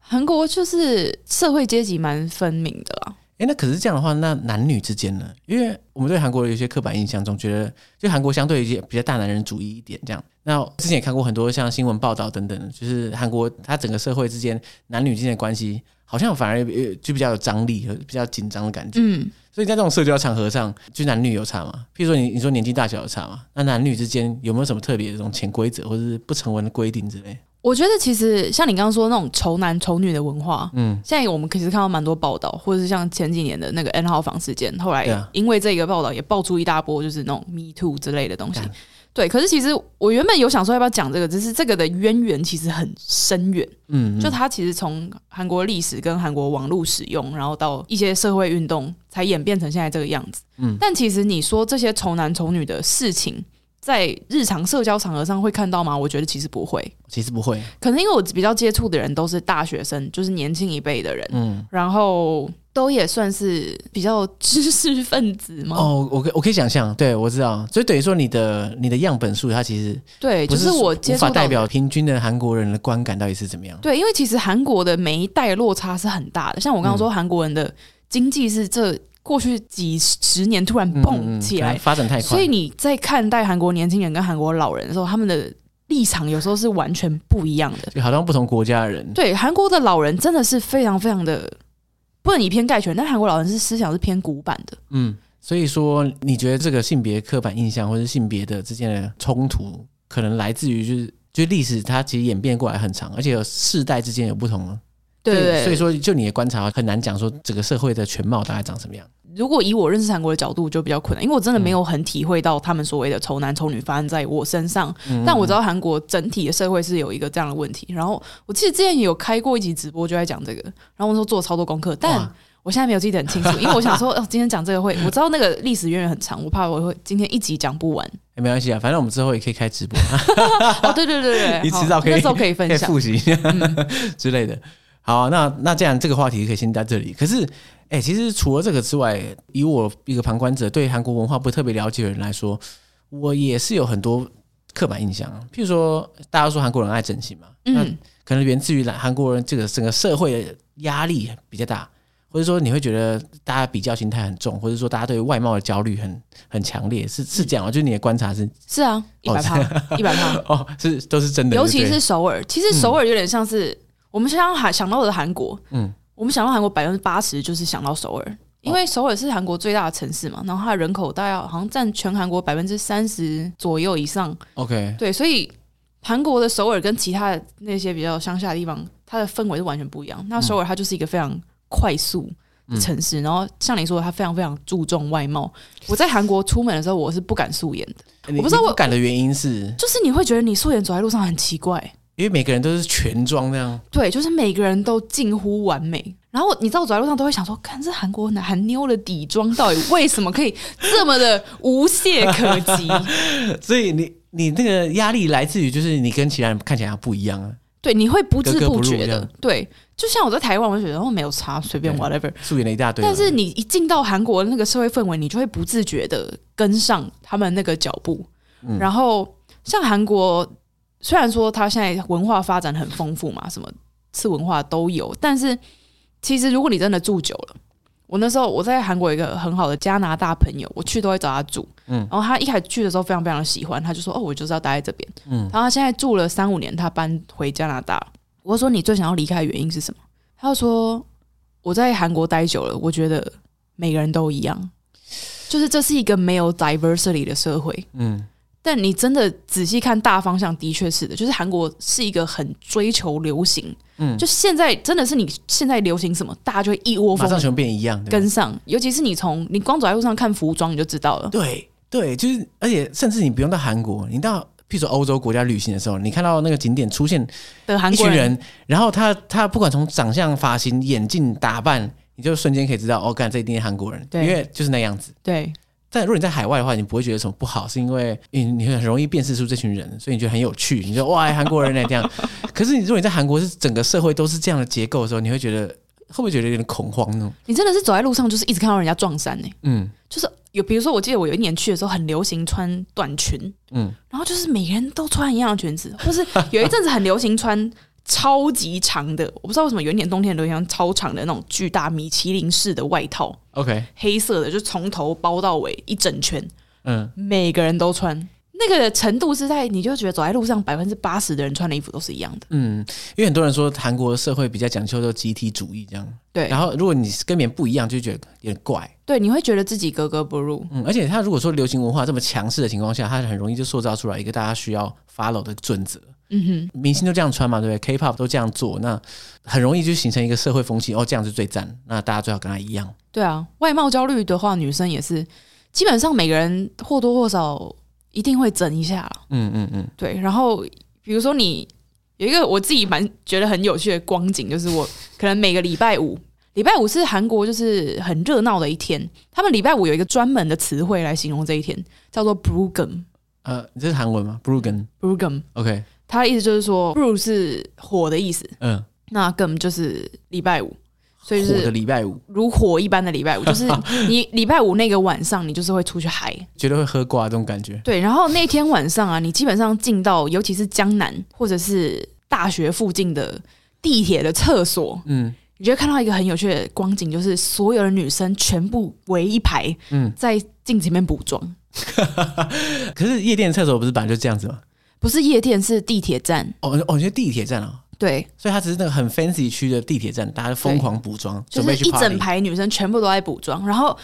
Speaker 3: 韩国就是社会阶级蛮分明的啊啦。
Speaker 2: 哎、那可是这样的话，那男女之间呢？因为我们对韩国有一些刻板印象，总觉得就韩国相对于比较大男人主义一点这样。那之前也看过很多像新闻报道等等的，就是韩国它整个社会之间男女之间的关系，好像反而呃就比较有张力和比较紧张的感觉。
Speaker 3: 嗯，
Speaker 2: 所以在这种社交场合上，就男女有差嘛？譬如说你你说年纪大小有差嘛？那男女之间有没有什么特别的这种潜规则或者是不成文的规定之类？
Speaker 3: 我觉得其实像你刚刚说那种丑男丑女的文化，
Speaker 2: 嗯，
Speaker 3: 现在我们其实看到蛮多报道，或者是像前几年的那个 N 号房事件，后来
Speaker 2: 对啊
Speaker 3: 因为这个报道也爆出一大波就是那种 Me Too 之类的东西
Speaker 2: 干。
Speaker 3: 对，可是其实我原本有想说要不要讲这个，只是这个的渊源其实很深远，
Speaker 2: 嗯，
Speaker 3: 就它其实从韩国历史跟韩国网络使用，然后到一些社会运动，才演变成现在这个样子。嗯，但其实你说这些丑男丑女的事情，在日常社交场合上会看到吗？我觉得其实不会，
Speaker 2: 其实不会，
Speaker 3: 可能因为我比较接触的人都是大学生，就是年轻一辈的人，
Speaker 2: 嗯，
Speaker 3: 然后都也算是比较知识分子嘛。
Speaker 2: 哦，我可我可以想象，对我知道，所以等于说你的你的样本数，它其实
Speaker 3: 对，
Speaker 2: 不
Speaker 3: 就是我接
Speaker 2: 无
Speaker 3: 触
Speaker 2: 法
Speaker 3: 到
Speaker 2: 代
Speaker 3: 的
Speaker 2: 表平均的韩国人的观感到底是怎么样。
Speaker 3: 对，因为其实韩国的每一代落差是很大的。像我刚刚说，韩国人的经济是这过去几十年突然蹦起
Speaker 2: 嗯可
Speaker 3: 来，
Speaker 2: 能发展太快，
Speaker 3: 所以你在看待韩国年轻人跟韩国老人的时候，他们的立场有时候是完全不一样的。
Speaker 2: 就好像不同国家的人，
Speaker 3: 对，韩国的老人真的是非常非常的不能以偏概全，但韩国老人是思想是偏古板的。
Speaker 2: 嗯，所以说你觉得这个性别刻板印象或者性别的之间的冲突，可能来自于就是就历史它其实演变过来很长，而且有世代之间有不同了。
Speaker 3: 对对
Speaker 2: 所
Speaker 3: 对，
Speaker 2: 以所以说就你的观察很难讲说整个社会的全貌大概长什么样。
Speaker 3: 如果以我认识韩国的角度，就比较困难，因为我
Speaker 2: 嗯
Speaker 3: 真的没有很体会到他们所谓的丑男丑女发生在我身上。
Speaker 2: 嗯
Speaker 3: 但我知道韩国整体的社会是有一个这样的问题。然后我记得之前也有开过一集直播，就在讲这个。然后我说做了超多功课，但
Speaker 2: 哇
Speaker 3: 我现在没有记得很 清楚，因为我想说，哦，今天讲这个会，我知道那个历史渊源很长，我怕我会今天一集讲不完。
Speaker 2: 哎没关系啊，反正我们之后也可以开直播，
Speaker 3: 哦，对对对 对，
Speaker 2: 你
Speaker 3: 好
Speaker 2: 迟早可以
Speaker 3: 那时候可以
Speaker 2: 可
Speaker 3: 分
Speaker 2: 以哎
Speaker 3: 享。嗯
Speaker 2: 复习一下、 之类的。好，啊那那这样这个话题可以先到这里。可是，哎、其实除了这个之外，以我一个旁观者对韩国文化不特别了解的人来说，我也是有很多刻板印象啊。譬如说，大家说韩国人爱整形嘛，那
Speaker 3: 嗯，
Speaker 2: 可能源自于来韩国人这个整个社会的压力比较大，或者说你会觉得大家比较心态很重，或者说大家对外貌的焦虑很很强烈，是是这样吗？就是你的观察是
Speaker 3: 是啊，一百趴，一百趴。
Speaker 2: 哦，是都是真的，
Speaker 3: 尤其
Speaker 2: 对不对
Speaker 3: 是首尔，其实首尔有点像是、我们想到韩想到的韩国，
Speaker 2: 嗯哦
Speaker 3: 嗯，我们想到韩国百分之八十就是想到首尔，因为首尔是韩国最大的城市嘛，然后它的人口大概好像占全韩国百分之三十左右以上，
Speaker 2: OK，
Speaker 3: 对，所以韩国的首尔跟其他的那些比较乡下的地方，它的氛围是完全不一样。
Speaker 2: 嗯
Speaker 3: 那首尔它就是一个非常快速的城市，然后像你说的，它非常非常注重外貌。我在韩国出门的时候，我是不敢素颜的，
Speaker 2: 我
Speaker 3: 我不知道我
Speaker 2: 不敢的原因是
Speaker 3: 就是你会觉得你素颜走在路上很奇怪。
Speaker 2: 因为每个人都是全装那样，
Speaker 3: 对，就是每个人都近乎完美。然后你知道，我走在路上都会想说，看这韩国男韩妞的底妆到底为什么可以这么的无懈可击？
Speaker 2: 所以你你那个压力来自于就是你跟其他人看起来不一样啊，
Speaker 3: 对，你会不知
Speaker 2: 格格不
Speaker 3: 不
Speaker 2: 入
Speaker 3: 觉
Speaker 2: 这
Speaker 3: 的。
Speaker 2: 样
Speaker 3: 对，就像我在台湾，我就觉得哦没有差，随便
Speaker 2: 对
Speaker 3: whatever。
Speaker 2: 素颜了一大堆嘛。啊
Speaker 3: 但是你一进到韩国那个社会氛围，你就会不自觉的跟上他们那个脚步。
Speaker 2: 嗯
Speaker 3: 然后像韩国，虽然说它现在文化发展很丰富嘛，什么次文化都有，但是其实如果你真的住久了。我那时候我在韩国有一个很好的加拿大朋友，我去都会找他住。
Speaker 2: 嗯
Speaker 3: 然后他一开始去的时候非常非常的喜欢，他就说：“哦，我就是要待在这边。”
Speaker 2: 嗯
Speaker 3: 然后他现在住了三五年，他搬回加拿大。我就说：“你最想要离开的原因是什么？”他就说：“我在韩国待久了，我觉得每个人都一样，就是这是一个没有 diversity 的社会。
Speaker 2: 嗯，
Speaker 3: 但你真的仔细看大方向，的确是的，就是韩国是一个很追求流行，
Speaker 2: 嗯
Speaker 3: 嗯，就现在真的是你现在流行什么，大家就会一窝
Speaker 2: 马
Speaker 3: 蜂
Speaker 2: 上全部变一样，对吧
Speaker 3: 跟上。尤其是你从你光走在路上看服装，你就知道了。
Speaker 2: 对对，就是而且甚至你不用到韩国，你到譬如说欧洲国家旅行的时候，你看到那个景点出现
Speaker 3: 的韩
Speaker 2: 一
Speaker 3: 国
Speaker 2: 群
Speaker 3: 人，
Speaker 2: 人，然后他他不管从长相、发型、眼镜、打扮，你就瞬间可以知道哦，干这一定是韩国人，因
Speaker 3: 对
Speaker 2: 为就是那样子。
Speaker 3: 对
Speaker 2: 但如果你在海外的话，你不会觉得什么不好，是因为你你很容易辨识出这群人，所以你觉得很有趣，你说哇韩国人呢这样。可是你如果你在韩国是整个社会都是这样的结构的时候，你会觉得会不会觉得有点恐慌呢？
Speaker 3: 你真的是走在路上，就是一直看到人家撞衫欸呢、
Speaker 2: 嗯，
Speaker 3: 就是有，比如说，我记得我有一年去的时候，很流行穿短裙，
Speaker 2: 嗯
Speaker 3: 嗯，然后就是每个人都穿一样的裙子，或是有一阵子很流行穿超级长的，我不知道为什么有一年冬天流行穿超长的那种巨大米其林式的外套，
Speaker 2: OK，
Speaker 3: 黑色的，就从头包到尾一整圈，
Speaker 2: 嗯，
Speaker 3: 每个人都穿。那个程度是在，你就觉得走在路上，百分之八十的人穿的衣服都是一样的。
Speaker 2: 嗯因为很多人说韩国社会比较讲究就集体主义这样，
Speaker 3: 对
Speaker 2: 然后如果你跟别人不一样，就觉得有点怪。
Speaker 3: 对，你会觉得自己格格不入。
Speaker 2: 嗯，而且他如果说流行文化这么强势的情况下，他很容易就塑造出来一个大家需要 follow 的准则。
Speaker 3: 嗯哼，
Speaker 2: 明星都这样穿嘛，对不对？K-pop 都这样做，那很容易就形成一个社会风气，哦，这样是最赞，那大家最好跟他一样。
Speaker 3: 对啊，外貌焦虑的话，女生也是，基本上每个人或多或少一定会整一下啦
Speaker 2: 嗯嗯嗯，
Speaker 3: 对，然后比如说你有一个我自己蛮觉得很有趣的光景，就是我可能每个礼拜五，礼拜五是韩国就是很热闹的一天，他们礼拜五有一个专门的词汇来形容这一天，叫做 brugum。
Speaker 2: 呃，这是韩文吗？Brugen。
Speaker 3: brugum，
Speaker 2: OK，
Speaker 3: 它的意思就是说 b r u 是火的意思，
Speaker 2: 嗯，
Speaker 3: 那 gum 就是礼拜五，所以就
Speaker 2: 火
Speaker 3: 是
Speaker 2: 的礼拜五
Speaker 3: 如火一般的礼拜五， 就是你礼拜五那个晚上，你就是会出去嗨。
Speaker 2: 绝对会喝挂这种感觉。
Speaker 3: 对，然后那天晚上啊，你基本上进到尤其是江南或者是大学附近的地铁的厕所，
Speaker 2: 嗯，
Speaker 3: 你就会看到一个很有趣的光景，就是所有的女生全部围一排，
Speaker 2: 嗯
Speaker 3: 在镜前面补妆。
Speaker 2: 可是夜店厕所不是本来就这样子吗？
Speaker 3: 不是夜店，是地铁站。
Speaker 2: 哦哦，你觉得地铁站啊？
Speaker 3: 对，
Speaker 2: 所以它只是那个很 fancy 区的地铁站，大家疯狂补妆，
Speaker 3: 就
Speaker 2: 准
Speaker 3: 是
Speaker 2: 备
Speaker 3: 一
Speaker 2: 去 party
Speaker 3: 整。排女生全部都在补妆，然后。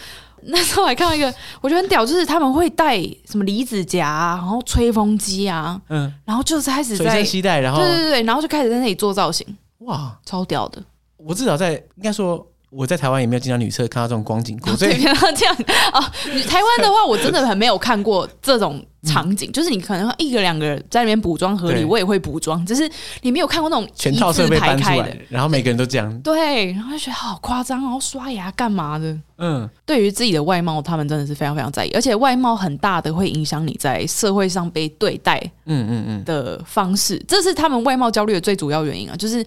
Speaker 3: 那时候还看到一个，我觉得很屌，就是他们会带什么离子夹啊，然后吹风机啊，
Speaker 2: 嗯，
Speaker 3: 然后就是开始
Speaker 2: 随
Speaker 3: 在
Speaker 2: 身携带，然后
Speaker 3: 对对对，然后就开始在那里做造型，
Speaker 2: 哇，
Speaker 3: 超屌的。
Speaker 2: 我至少在应该说我在台湾也没有经常女厕看到这种光景过，所以
Speaker 3: 对，这样哦。你台湾的话，我真的很没有看过这种场景，就是你可能一个两个人在那边补妆合理，
Speaker 2: 嗯对
Speaker 3: 我也会补妆，只是你没有看过那种
Speaker 2: 全
Speaker 3: 一
Speaker 2: 套设
Speaker 3: 字
Speaker 2: 备
Speaker 3: 排
Speaker 2: 搬出
Speaker 3: 开的。
Speaker 2: 来，然后每个人都这样。
Speaker 3: 对，然后就觉得好夸张，然后刷牙干嘛的？
Speaker 2: 嗯，
Speaker 3: 对于自己的外貌，他们真的是非常非常在意，而且外貌很大的会影响你在社会上被对待
Speaker 2: 嗯嗯嗯，
Speaker 3: 的方式，这是他们外貌焦虑的最主要原因啊，就是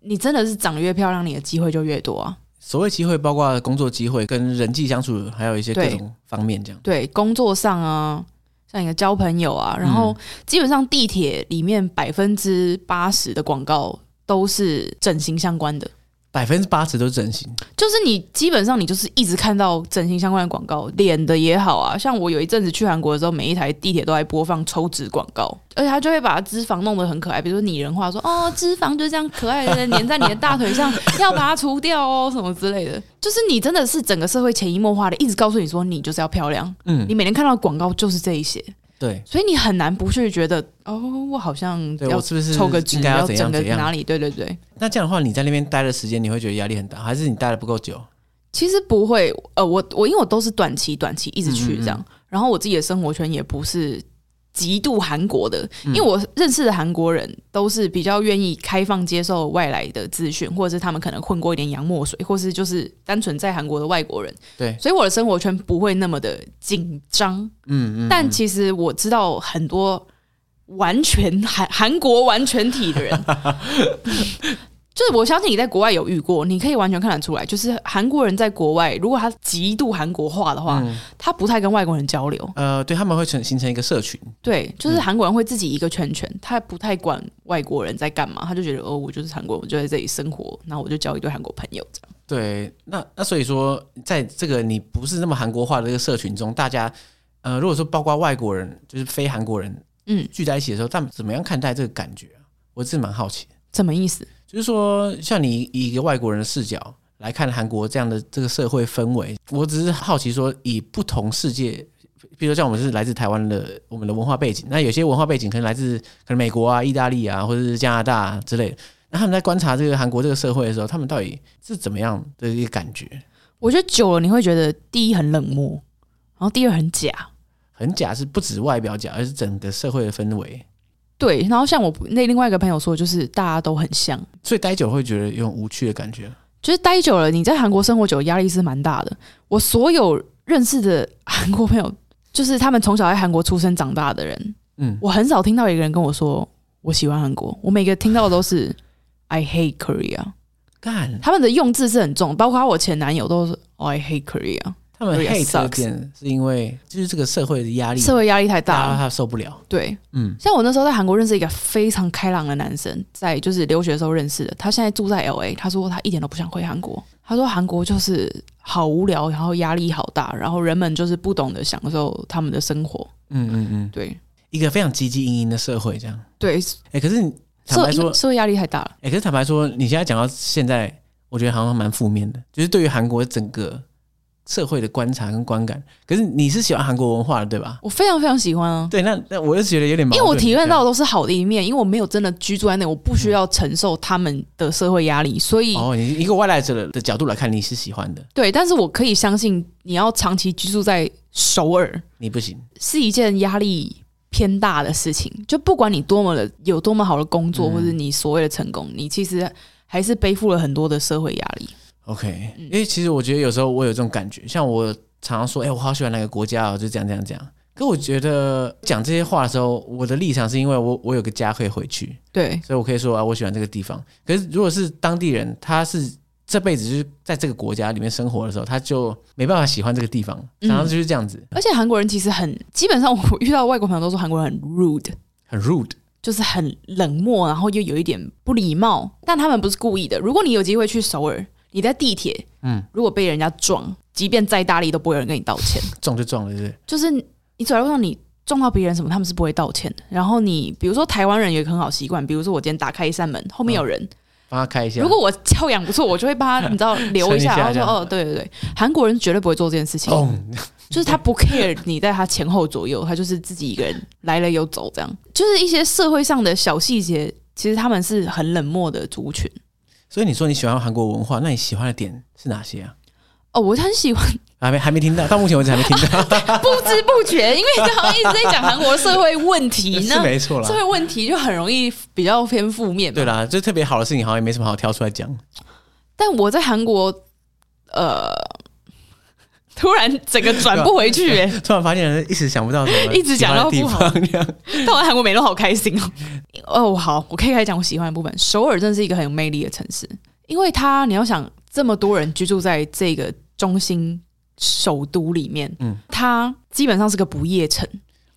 Speaker 3: 你真的是长得越漂亮，你的机会就越多啊。
Speaker 2: 所谓机会包括工作机会、跟人际相处，还有一些各
Speaker 3: 对
Speaker 2: 种方面这样。
Speaker 3: 对，工作上啊，像你的交朋友啊，然后基本上地铁里面百分之八十的广告都是整形相关的，
Speaker 2: 百分之八十都是整形，
Speaker 3: 就是你基本上你就是一直看到整形相关的广告，脸的也好啊，像我有一阵子去韩国的时候，每一台地铁都在播放抽脂广告，而且它就会把脂肪弄得很可爱，比如说拟人化，说 哦，脂肪就是这样可爱的粘在你的大腿上，要把它除掉哦，什么之类的，就是你真的是整个社会潜移默化的一直告诉你说你就是要漂亮，
Speaker 2: 嗯
Speaker 3: 你，每天看到的广告就是这一些，
Speaker 2: 对，
Speaker 3: 所以你很难不去觉得哦，我好像
Speaker 2: 对
Speaker 3: 要
Speaker 2: 我是不是
Speaker 3: 抽个脂，
Speaker 2: 应该要
Speaker 3: 要
Speaker 2: 怎
Speaker 3: 整
Speaker 2: 样
Speaker 3: 个
Speaker 2: 怎样
Speaker 3: 哪里？对对对，
Speaker 2: 那这样的话，你在那边待的时间，你会觉得压力很大，还是你待的不够久？
Speaker 3: 其实不会，呃，我我因为我都是短期短期一直去
Speaker 2: 嗯嗯嗯
Speaker 3: 这样，然后我自己的生活圈也不是极度韩国的，
Speaker 2: 嗯
Speaker 3: 因为我认识的韩国人都是比较愿意开放接受外来的资讯，或者是他们可能混过一点洋墨水，或是就是单纯在韩国的外国人，
Speaker 2: 对，
Speaker 3: 所以我的生活圈不会那么的紧张。
Speaker 2: 嗯嗯，
Speaker 3: 但其实我知道很多完全韩韩国完全体的人， 就是我相信你在国外有遇过，你可以完全看得出来，就是韩国人在国外，如果他极度韩国化的话，
Speaker 2: 嗯
Speaker 3: 他不太跟外国人交流。
Speaker 2: 呃，对他们会成形成一个社群，
Speaker 3: 对，就是韩国人会自己一个圈圈，他不太管外国人在干嘛，他就觉得哦，我就是韩国人，我就在这里生活，然后我就交一堆韩国朋友这样。
Speaker 2: 对，那那所以说，在这个你不是那么韩国化的这个社群中，大家呃，如果说包括外国人，就是非韩国人
Speaker 3: 嗯，
Speaker 2: 聚在一起的时候，他们怎么样看待这个感觉啊？我是蛮好奇的，
Speaker 3: 什么意思？
Speaker 2: 就是说，像你以一个外国人的视角来看韩国这样的这个社会氛围，我只是好奇说，以不同世界。比如说像我们是来自台湾的，我们的文化背景，那有些文化背景可能来自可能美国啊、意大利啊，或者是加拿大、啊、之类的。那他们在观察这个韩国这个社会的时候，他们到底是怎么样的一个感觉？
Speaker 3: 我觉得久了你会觉得第一很冷漠，然后第二很假，
Speaker 2: 很假是不止外表假，而是整个社会的氛围。
Speaker 3: 对，然后像我那另外一个朋友说，就是大家都很像，
Speaker 2: 所以待久会觉得有种无趣的感觉。
Speaker 3: 就是待久了，你在韩国生活久，压力是蛮大的。我所有认识的韩国朋友，就是他们从小在韩国出生长大的人，
Speaker 2: 嗯，
Speaker 3: 我很少听到一个人跟我说我喜欢韩国，我每个听到的都是 I hate Korea，
Speaker 2: 干，
Speaker 3: 他们的用字是很重，包括我前男友都是、哦 I hate Korea，
Speaker 2: 他们
Speaker 3: Korea
Speaker 2: hate 这
Speaker 3: sucks
Speaker 2: 点是因为就是这个社会的压力，
Speaker 3: 社会压力太大
Speaker 2: 大到
Speaker 3: 了。
Speaker 2: 他受不了。
Speaker 3: 对，
Speaker 2: 嗯，
Speaker 3: 像我那时候在韩国认识一个非常开朗的男生，在就是留学的时候认识的，他现在住在 L A，他说他一点都不想回韩国，他说韩国就是好无聊，然后压力好大，然后人们就是不懂得享受他们的生活，
Speaker 2: 嗯嗯嗯，
Speaker 3: 对
Speaker 2: 一个非常积极营营的社会这样。
Speaker 3: 对，
Speaker 2: 哎、可是你坦白
Speaker 3: 社
Speaker 2: 说，
Speaker 3: 社会压力太大了，
Speaker 2: 哎、可是坦白说，你现在讲到现在，我觉得好像蛮负面的，就是对于韩国整个社会的观察跟观感。可是你是喜欢韩国文化的对吧？
Speaker 3: 我非常非常喜欢啊。
Speaker 2: 对，那那我就觉得有点矛
Speaker 3: 因
Speaker 2: 盾，
Speaker 3: 为我体验到
Speaker 2: 这
Speaker 3: 的都是好的一面，因为我没有真的居住在那，我不需要承受他们的社会压力，所以、
Speaker 2: 样哦，你一个外来者的角度来看，你是喜欢的，
Speaker 3: 对，但是我可以相信，你要长期居住在首尔，
Speaker 2: 你不行。
Speaker 3: 是一件压力偏大的事情。就不管你多么的有多么好的工作，或者你所谓的成功，你其实还是背负了很多的社会压力。
Speaker 2: OK，因
Speaker 3: 嗯
Speaker 2: 为其实我觉得有时候我有这种感觉，像我常常说，哎、我好喜欢哪个国家哦，就这样这样这样。可我觉得讲这些话的时候，我的立场是因为我我有个家可以回去，
Speaker 3: 对，
Speaker 2: 所以我可以说啊，我喜欢这个地方。可是如果是当地人，他是这辈子就是在这个国家里面生活的时候，他就没办法喜欢这个地方，
Speaker 3: 嗯
Speaker 2: 常常就是这样子，
Speaker 3: 而且韩国人其实很，基本上我遇到外国朋友都说韩国人很 rude，
Speaker 2: 很 rude。
Speaker 3: 就是很冷漠，然后又有一点不礼貌，但他们不是故意的。如果你有机会去首尔，你在地铁，
Speaker 2: 嗯
Speaker 3: 嗯，如果被人家撞，即便再大力都不会有人跟你道歉。
Speaker 2: 撞就撞了，是不是？
Speaker 3: 就是你走在路上，你撞到别人什么，他们是不会道歉的。然后你比如说台湾人有一个很好习惯，比如说我今天打开一扇门，后
Speaker 2: 嗯
Speaker 3: 面有人，
Speaker 2: 帮他开一下。
Speaker 3: 如果我教养不错，我就会帮他，你 知道留一下，
Speaker 2: 撑一下这
Speaker 3: 然后说
Speaker 2: 样哦
Speaker 3: 哦，对对对，韩国人绝对不会做这件事情，
Speaker 2: 咚，
Speaker 3: 就是他不 care 你在他前后左右，他就是自己一个人来了又走，这样就是一些社会上的小细节，其实他们是很冷漠的族群。
Speaker 2: 所以你说你喜欢韩国文化，那你喜欢的点是哪些啊？
Speaker 3: 哦，我很喜欢，
Speaker 2: 还没还没听到，到目前为止还没 听到，
Speaker 3: 不知不觉，因为好像一直在讲韩国的社会 问题，
Speaker 2: 是
Speaker 3: 那
Speaker 2: 没错啦
Speaker 3: 社。会问题就很容易比较偏负面嘛。
Speaker 2: 对啦，就特别好的事情好像也没什么好挑出来讲。
Speaker 3: 但我在韩国，呃， 突然整个转不回去、欸，
Speaker 2: 突然发现一时想不到什么
Speaker 3: 一直讲到
Speaker 2: 喜
Speaker 3: 不好
Speaker 2: 欢的地方，这样
Speaker 3: 但我在韩国每天都好开心哦。哦，好，我可以开始讲我喜欢的部分。首尔真的是一个很有魅力的城市，因为它你要想这么多人居住在这个中心首都里面，
Speaker 2: 嗯
Speaker 3: 嗯，它基本上是个不夜城，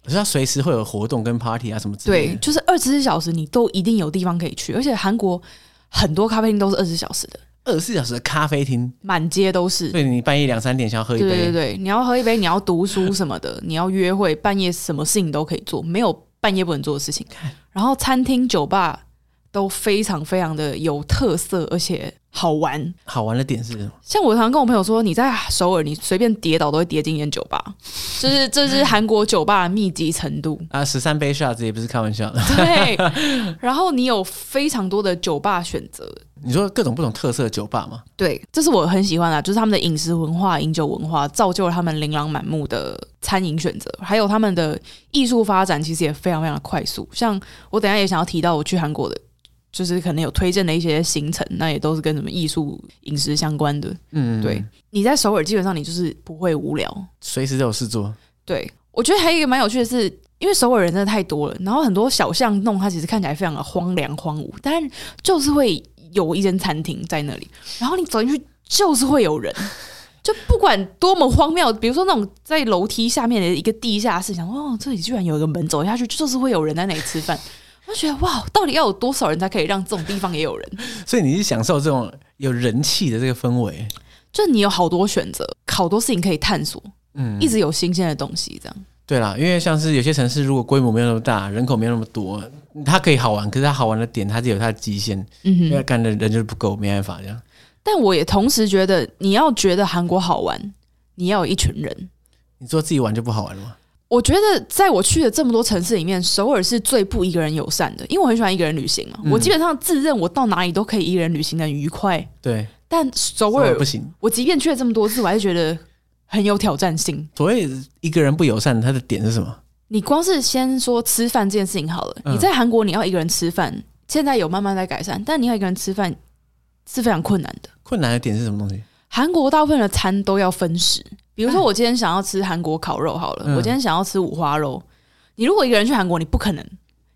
Speaker 2: 可是它随时会有活动跟 party 啊什么之类
Speaker 3: 对，
Speaker 2: 的。
Speaker 3: 就是二十四小时你都一定有地方可以去，而且韩国很多咖啡厅都是二十小时的，
Speaker 2: 二十四小时的咖啡厅，
Speaker 3: 满街都是。
Speaker 2: 所以你半夜两三点想要喝一
Speaker 3: 对对
Speaker 2: 杯，
Speaker 3: 对，你要喝一杯，你要读书什么的， 你要约会，半夜什么事情都可以做，没有半夜不能做的事 情。然后餐厅、酒吧都非常非常的有特色，而且好玩。
Speaker 2: 好玩的点是什么？
Speaker 3: 像我常跟我朋友说，你在首尔，你随便跌倒都会跌进一间酒吧，就是这是韩国酒吧的密集程度。
Speaker 2: 啊，十三杯 shots 也不是开玩笑的。
Speaker 3: 对，然后你有非常多的酒吧选择，
Speaker 2: 你说各种不同特色的酒吧嘛，
Speaker 3: 对，这是我很喜欢的啊，就是他们的饮食文化、饮酒文化，造就了他们琳琅满目的餐饮选择，还有他们的艺术发展，其实也非常非常的快速。像我等一下也想要提到我去韩国的，就是可能有推荐的一些行程，那也都是跟什么艺术、饮食相关的。
Speaker 2: 嗯，
Speaker 3: 对，，你在首尔基本上你就是不会无聊。
Speaker 2: 随时都有事做。
Speaker 3: 对我觉得还有一个蛮有趣的是，因为首尔人真的太多了，然后很多小巷弄它其实看起来非常的荒凉荒芜，但就是会有一间餐厅在那里，然后你走进去就是会有人。 就不管多么荒谬，比如说那种在楼梯下面的一个地下室，想哦，这里居然有一个门走下去，就是会有人在那里吃饭。 我就觉得哇，到底要有多少人才可以让这种地方也有 人？
Speaker 2: 所以你是享受这种有人气的这个氛围。
Speaker 3: 就你有好多选择，好多事情可以探索，
Speaker 2: 嗯
Speaker 3: 一直有新鲜的东西，这样。
Speaker 2: 对啦，因为像是有些城市，如果规模没有那么大，人口没有那么多，它可以好玩，可是它好玩的点，它是有它的极限，
Speaker 3: 嗯哼
Speaker 2: 因为干的人就是不够，没办法这样。
Speaker 3: 但我也同时觉得，你要觉得韩国好玩，你要有一群人。
Speaker 2: 你说自己玩就不好玩了吗？
Speaker 3: 我觉得，在我去的这么多城市里面，首尔是最不一个人友善的，因为我很喜欢一个人旅行嘛。我基本上自认我到哪里都可以一个人旅行的很愉快，
Speaker 2: 对，
Speaker 3: 但首
Speaker 2: 偶尔
Speaker 3: 尔
Speaker 2: 不，行。
Speaker 3: 我即便去了这么多次，我还是觉得很有挑战性。
Speaker 2: 所谓一个人不友善，它的点是什么？
Speaker 3: 你光是先说吃饭这件事情好了，
Speaker 2: 嗯
Speaker 3: 你在韩国你要一个人吃饭，现在有慢慢在改善，但你要一个人吃饭是非常困难的。
Speaker 2: 困难的点是什么东西？
Speaker 3: 韩国大部分的餐都要分食，比如说我今天想要吃韩国烤肉好了，
Speaker 2: 嗯
Speaker 3: 我今天想要吃五花肉。你如果一个人去韩国，你不可能，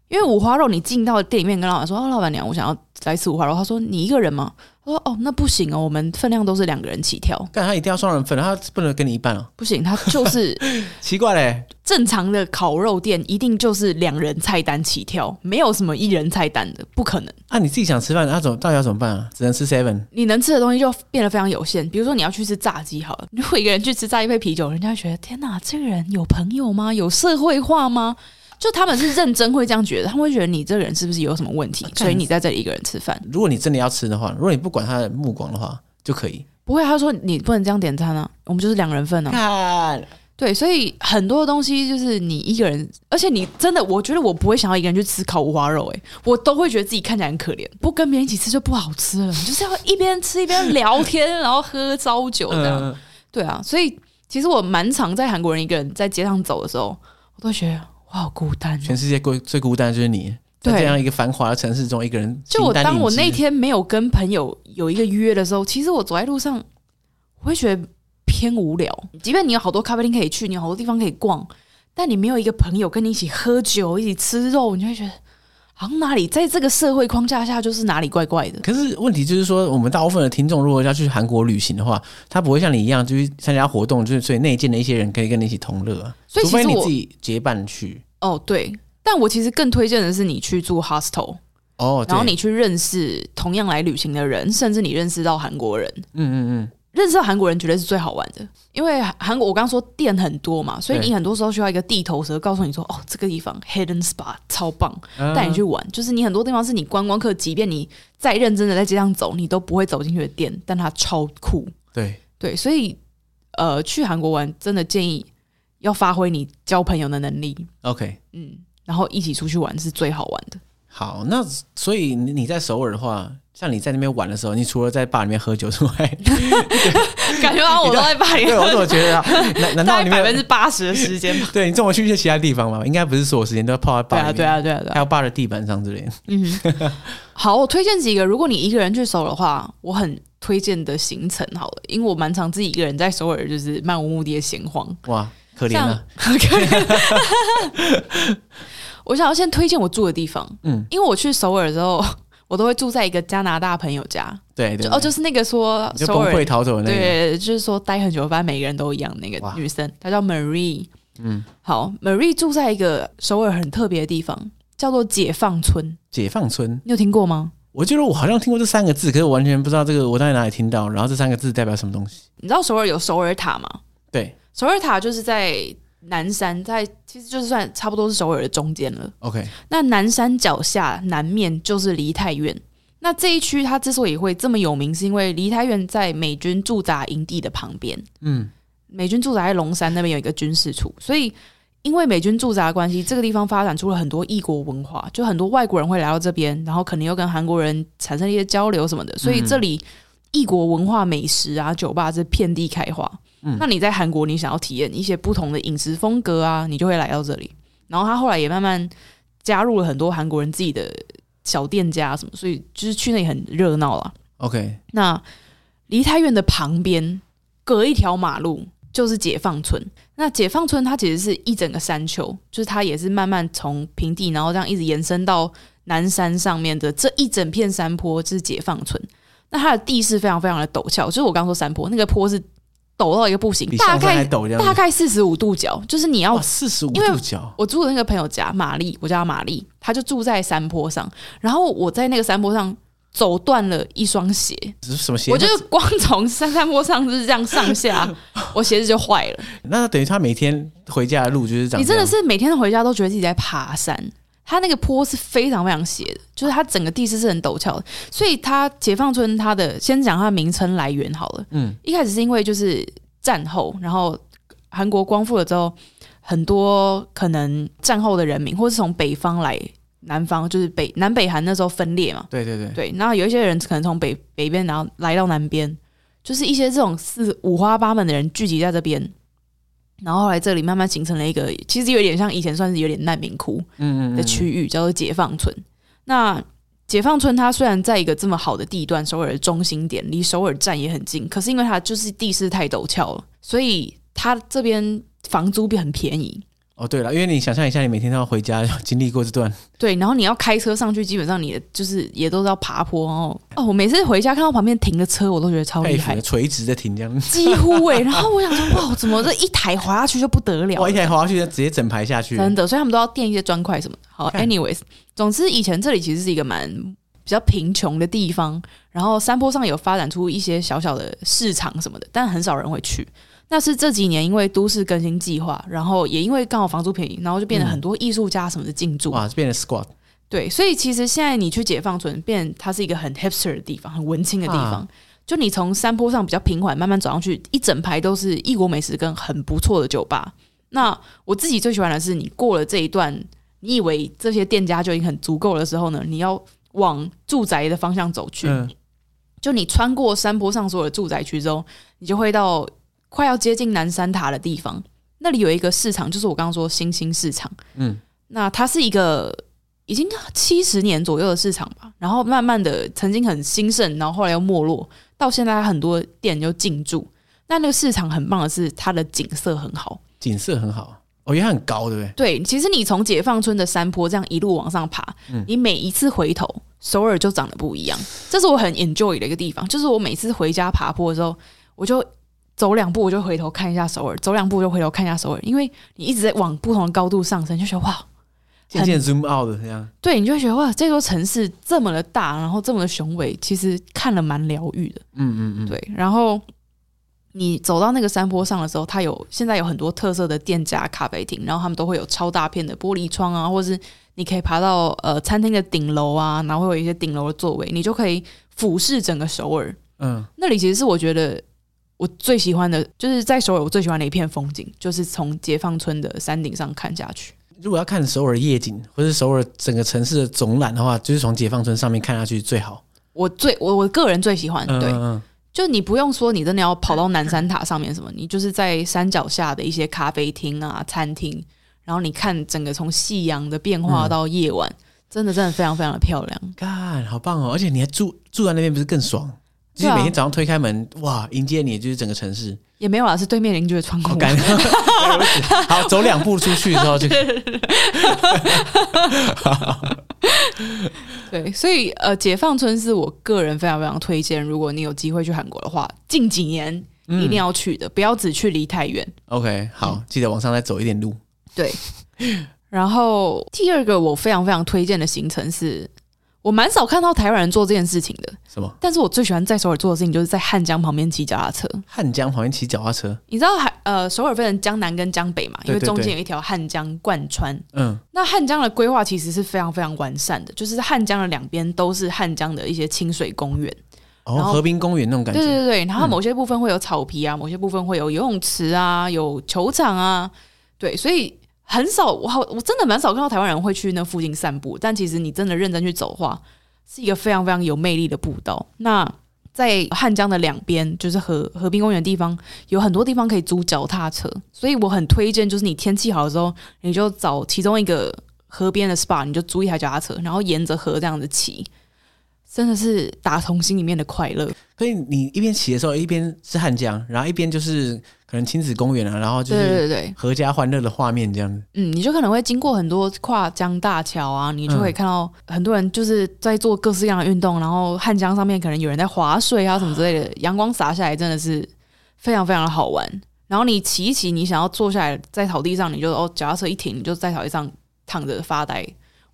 Speaker 3: 因为五花肉你进到店里面跟老板说：“哦，老板娘，我想要来吃五花肉。”他说：“你一个人吗？”他说：“哦，那不行哦，我们分量都是两个人起跳，
Speaker 2: 但他一定要双人份，他不能跟你一半哦。
Speaker 3: 不行。”他就是
Speaker 2: 奇怪嘞，
Speaker 3: 正常的烤肉店一定就是两人菜单起跳，没有什么一人菜单的，不可能。
Speaker 2: 啊，你自己想吃饭，那、怎么到底要怎么办啊？只能吃 seven。
Speaker 3: 你能吃的东西就变得非常有限。比如说你要去吃炸鸡好了，如 果一个人去吃炸一杯啤酒，人家会觉得天哪，这个人有朋友吗？有社会化吗？就他们是认真会这样觉得，他们会觉得你这个人是不是有什么问题，所以你在这里一个人吃饭
Speaker 2: 如果你真的要吃的话，如果你不管他的目光的话，就可以。
Speaker 3: 不会。他说你不能这样点餐啊，我们就是两人份啊。
Speaker 2: 看，
Speaker 3: 对，所以很多东西就是你一个人，而且你真的，我觉得我不会想要一个人去吃烤五花肉、欸，我都会觉得自己看起来很可怜，不跟别人一起吃就不好吃了，就是要一边吃一边聊天，然后喝烧酒这样。
Speaker 2: 嗯，
Speaker 3: 呃对啊，所以其实我蛮常在韩国人一个人在街上走的时候，我都觉得我好孤单、哦，
Speaker 2: 全世界最最孤单的就是你，在
Speaker 3: 对
Speaker 2: 这样一个繁华的城市中，一个人
Speaker 3: 就我
Speaker 2: 形单
Speaker 3: 当
Speaker 2: 影
Speaker 3: 我
Speaker 2: 只
Speaker 3: 那天没有跟朋友有一个约的时候，其实我走在路上，我会觉得偏无聊。即便你有好多咖啡厅可以去，你有好多地方可以逛，但你没有一个朋友跟你一起喝酒、一起吃肉，你就会觉得好像哪里在这个社会框架下就是哪里怪怪的。
Speaker 2: 可是问题就是说，我们大部分的听众如果要去韩国旅行的话，他不会像你一样就是参加活动，就是所以内建的一些人可以跟你一起同乐啊，
Speaker 3: 所以
Speaker 2: 除
Speaker 3: 其实
Speaker 2: 非你
Speaker 3: 我
Speaker 2: 自己结伴去。
Speaker 3: 哦，对，但我其实更推荐的是你去住 hostel，
Speaker 2: 哦，
Speaker 3: 然后
Speaker 2: 对
Speaker 3: 你去认识同样来旅行的人，甚至你认识到韩国人。
Speaker 2: 嗯嗯
Speaker 3: 认识到韩国人绝对是最好玩的，因为韩韩国我刚刚说店很多嘛，所以
Speaker 2: 对
Speaker 3: 你很多时候需要一个地头蛇告诉你说，哦，这个地方 hidden spot 超棒，
Speaker 2: 嗯，
Speaker 3: 带你去玩。就是你很多地方是你观光客，即便你再认真的在街上走，你都不会走进去的店，但它超酷。
Speaker 2: 对，
Speaker 3: 对，所以呃，去韩国玩真的建议要发挥你交朋友的能力，
Speaker 2: OK，
Speaker 3: 嗯，然后一起出去玩是最好 玩的。
Speaker 2: 好，那所以你你在首尔的话，像你在那边玩的时候，你除了在坝里面喝酒之 外，
Speaker 3: 感觉好像我都在巴黎，
Speaker 2: 对我怎么觉得啊？ 难难道
Speaker 3: 大概
Speaker 2: 你
Speaker 3: 百分
Speaker 2: 们。
Speaker 3: 之八十的时间吧
Speaker 2: 对你这么去一些其他地方吗？应该不是所有时间都要泡在
Speaker 3: 对
Speaker 2: 坝里
Speaker 3: 啊，
Speaker 2: 面，
Speaker 3: 对啊，对啊，对啊
Speaker 2: 还。有坝的地板上之类的。
Speaker 3: 嗯，好，我推荐几个，如果你一个人去首尔的话，我很推荐的行程好了，因为我蛮常自己一个人在首尔，就是漫无目的的闲晃。
Speaker 2: 哇，可怜啊
Speaker 3: 像
Speaker 2: 了，
Speaker 3: 我想要先推荐我住的地方，
Speaker 2: 嗯
Speaker 3: 嗯，因为我去首尔之后，我都会住在一个加拿大朋友家，
Speaker 2: 对对
Speaker 3: 就哦，
Speaker 2: 对
Speaker 3: 就是那个说
Speaker 2: 你就
Speaker 3: 首
Speaker 2: 崩
Speaker 3: 尔
Speaker 2: 溃逃走的那个，
Speaker 3: 对，就是说待很久，发现每个人都一样。那个
Speaker 2: 哇
Speaker 3: 女生她叫 Marie，嗯，好，Marie 住在一个首尔很特别的地方，叫做解放村，
Speaker 2: 解放村。
Speaker 3: 你有听过吗？
Speaker 2: 我觉得我好像听过这三个字，可是我完全不知道这个我到底哪里听到，然后这三个字代表什么东西。
Speaker 3: 你知道首尔有首尔塔吗？
Speaker 2: 对
Speaker 3: 首尔塔就是在南山，在其实就是算差不多是首尔的中间了。
Speaker 2: ，OK，
Speaker 3: 那南山脚下南面就是梨泰院。那这一区它之所以会这么有名，是因为梨泰院在美军驻扎营地的旁边。
Speaker 2: 嗯，
Speaker 3: 美军驻扎在龙山那边有一个军事处，所以因为美军驻扎的关系，这个地方发展出了很多异国文化，就很多外国人会来到这边，然后可能又跟韩国人产生一些交流什么的，所以这里异国文化、美食啊、酒吧是遍地开花。那你在韩国，你想要体验一些不同的饮食风格啊，你就会来到这里。然后他后来也慢慢加入了很多韩国人自己的小店家什么，所以就是去那里很热闹啦。
Speaker 2: OK，
Speaker 3: 那梨泰院的旁边隔一条马路就是解放村。那解放村它其实是一整个山丘，就是它也是慢慢从平地，然后这样一直延伸到南山上面的这一整片山坡，就是解放村。那它的地势非常非常的陡峭，就是我刚说山坡，那个坡是陡到一个不行
Speaker 2: 比，
Speaker 3: 大
Speaker 2: 上山还
Speaker 3: 概
Speaker 2: 陡这样
Speaker 3: 大
Speaker 2: 子。
Speaker 3: 概四十五度角，就是你要
Speaker 2: 哇，四十五
Speaker 3: 因为
Speaker 2: 度角，
Speaker 3: 我住的那个朋友家，玛丽，我叫她玛丽，她就住在山坡上，然后我在那个山坡上走断了一双鞋，
Speaker 2: 这是什么鞋？
Speaker 3: 我就是光从山山坡上就是这样上 下，我鞋子就坏了。
Speaker 2: 那那等于他每天回家的路就是长这样。
Speaker 3: 你真的是每天回家都觉得自己在爬山。它那个坡是非常非常斜的，就是它整个地势是很陡峭的，所以它解放村它的先讲它的名称来源好了。
Speaker 2: 嗯
Speaker 3: 嗯，一开始是因为就是战后，然后韩国光复了之后，很多可能战后的人民，或是从北方来南方，就是北南北韩那时候分裂嘛，
Speaker 2: 对对对，
Speaker 3: 对，那有一些人可能从北北边，然后来到南边，就是一些这种四五花八门的人聚集在这边，然后后来这里慢慢形成了一个，其实有点像以前算是有点难民窟
Speaker 2: 嗯嗯
Speaker 3: 的
Speaker 2: 嗯，
Speaker 3: 区域，叫做解放村。那解放村它虽然在一个这么好的地段，首尔的中心点，离首尔站也很近，可是因为它就是地势太陡峭了，所以它这边房租变很便宜。
Speaker 2: 哦对了，因为你想象一下，你每天都要回家，要经历过这段，
Speaker 3: 对，然后你要开车上去，基本上你的就是也都是要爬坡哦。哦，我每次回家看到旁边停的车，我都觉得超
Speaker 2: 佩
Speaker 3: 厉
Speaker 2: 服
Speaker 3: 害
Speaker 2: 了，，垂直的停这样，
Speaker 3: 几乎哎、然后我想说，哇，怎么这一台滑下去就不得了
Speaker 2: 哇，
Speaker 3: 了
Speaker 2: 一台滑下去，直接整排下去，
Speaker 3: 真的，所以他们都要垫一些砖块什么 的。好
Speaker 2: 看
Speaker 3: ，anyways，总之以前这里其实是一个蛮比较贫穷的地方，然后山坡上有发展出一些小小的市场什么的，但很少人会去。那是这几年因为都市更新计划，然后也因为刚好房租便宜，然后就变得很多艺术家什么的进驻。
Speaker 2: 嗯哇，变成 squat，
Speaker 3: 对，所以其实现在你去解放村，变它是一个很 hipster 的地方，很文青的地方。
Speaker 2: 啊
Speaker 3: 就你从山坡上比较平缓慢慢走上去，一整排都是异国美食跟很不错的酒吧。那我自己最喜欢的是，你过了这一段，你以为这些店家就已经很足够的时候呢，你要往住宅的方向走去。
Speaker 2: 嗯，
Speaker 3: 就你穿过山坡上所有的住宅区之后，你就会到快要接近南山塔的地方，那里有一个市场，就是我刚刚说新兴市场。
Speaker 2: 嗯
Speaker 3: 嗯，那它是一个已经七十年左右的市场吧，然后慢慢的曾经很兴盛，然后后来又没落，到现在很多店就进驻。那那个市场很棒的是它的景色很好，
Speaker 2: 景色很好，哦，因为它很高，对不对？
Speaker 3: 对，其实你从解放村的山坡这样一路往上爬，你每一次回头，首尔就长得不一样。这是我很 enjoy 的一个地方，就是我每次回家爬坡的时候，我就走两步我就回头看一下首尔，走两步就回头看一下首尔，因为你一直在往不同的高度上升，就觉得哇，
Speaker 2: 渐渐 zoom out 的这样，
Speaker 3: 对，你就会觉得哇，这座城市这么的大，然后这么的雄伟，其实看了蛮疗愈的。
Speaker 2: 嗯嗯嗯，
Speaker 3: 对，然后你走到那个山坡上的时候，它有现在有很多特色的店家、咖啡厅，然后他们都会有超大片的玻璃窗啊，或者是你可以爬到呃餐厅的顶楼啊，然后会有一些顶楼的座位，你就可以俯视整个首尔。
Speaker 2: 嗯，
Speaker 3: 那里其实是我觉得我最喜欢的，就是在首尔我最喜欢的一片风景，就是从解放村的山顶上看下去。
Speaker 2: 如果要看首尔夜景，或是首尔整个城市的总览的话，就是从解放村上面看下去最好。
Speaker 3: 我最我我个人最喜欢，
Speaker 2: 嗯
Speaker 3: 对，
Speaker 2: 嗯
Speaker 3: 就你不用说，你真的要跑到南山塔上面什么，你就是在山脚下的一些咖啡厅啊、餐厅，然后你看整个从夕阳的变化到夜晚，真的真的非常非常的漂亮。
Speaker 2: 嗯，干，好棒哦！而且你还住住在那边，不是更爽？就
Speaker 3: 对
Speaker 2: 是
Speaker 3: 啊
Speaker 2: 每天早上推开门，哇，迎接你就是整个城市，
Speaker 3: 也没有啦，是对面邻居的 窗
Speaker 2: 好
Speaker 3: 口。
Speaker 2: 干。好，走两步出去之 后就，
Speaker 3: 对，所以呃，解放村是我个人非常非常推荐，如果你有机会去韩国的话，近几年
Speaker 2: 嗯
Speaker 3: 一定要去的，不要只去离太远。
Speaker 2: OK，好，
Speaker 3: 嗯
Speaker 2: 记得往上再走一点路。
Speaker 3: 对。然后呃第二个我非常非常推荐的行程是，我蛮少看到台湾人做这件事情的，
Speaker 2: 什么？
Speaker 3: 但是我最喜欢在首尔做的事情就是在汉江旁边骑脚踏车。
Speaker 2: 汉江旁边骑脚踏车？
Speaker 3: 你知道海呃首尔分成江南跟江北嘛？因为
Speaker 2: 对对
Speaker 3: 中
Speaker 2: 对
Speaker 3: 间有一条汉江贯穿。
Speaker 2: 嗯，
Speaker 3: 那汉江的规划其实是非常非常完善的，就是汉江的两边都是汉江的一些清水公园。
Speaker 2: 哦，
Speaker 3: 然后
Speaker 2: 河滨公园那种感
Speaker 3: 对
Speaker 2: 觉。嗯
Speaker 3: 对对，然后某些部分会有草皮啊，某些部分会有游泳池啊，有球场啊，对，所以很少，我好，我真的蛮少看到台湾人会去那附近散步。但其实你真的认真去走的话，是一个非常非常有魅力的步道。那在汉江的两边，就是河河滨公园的地方，有很多地方可以租脚踏车，所以我很推荐，就是你天气好的时候，你就找其中一个河边的 SPA，你就租一台脚踏车，然后沿着河这样子骑，真的是打从心里面的快乐。
Speaker 2: 所以你一边骑的时候，一边是汉江，然后一边就是可能亲子公园啊，然后就
Speaker 3: 对对
Speaker 2: 是
Speaker 3: 对对，
Speaker 2: 合家欢乐的画面这样子。
Speaker 3: 嗯，你就可能会经过很多跨江大桥啊，你就会看到很多人就是在做各式各样的运动，然后汉江上面可能有人在划水啊什么之类的，阳光洒下来真的是非常非常的好玩。然后你骑一骑，你想要坐下来在草地上，你就哦脚踏车一停，你就在草地上躺着发呆。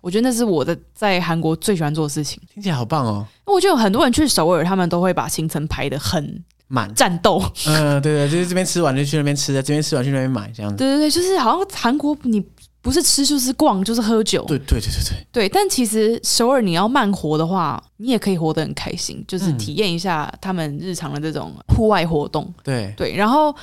Speaker 3: 我觉得那是我的在韩国最喜欢做的事情。
Speaker 2: 听起来好棒哦，
Speaker 3: 因为我觉得有很多人去首尔，他们都会把行程排得很
Speaker 2: 满。
Speaker 3: 战斗。
Speaker 2: 嗯、对对，就是这边吃完就去那边吃，这边吃完去那边买这样子。
Speaker 3: 对对对，就是好像韩国你不是吃就是逛就是喝酒，
Speaker 2: 对对对对对，
Speaker 3: 对，但其实首尔你要慢活的话，你也可以活得很开心，就是
Speaker 2: 嗯
Speaker 3: 体验一下他们日常的这种户外活动。
Speaker 2: 对，
Speaker 3: 对，然后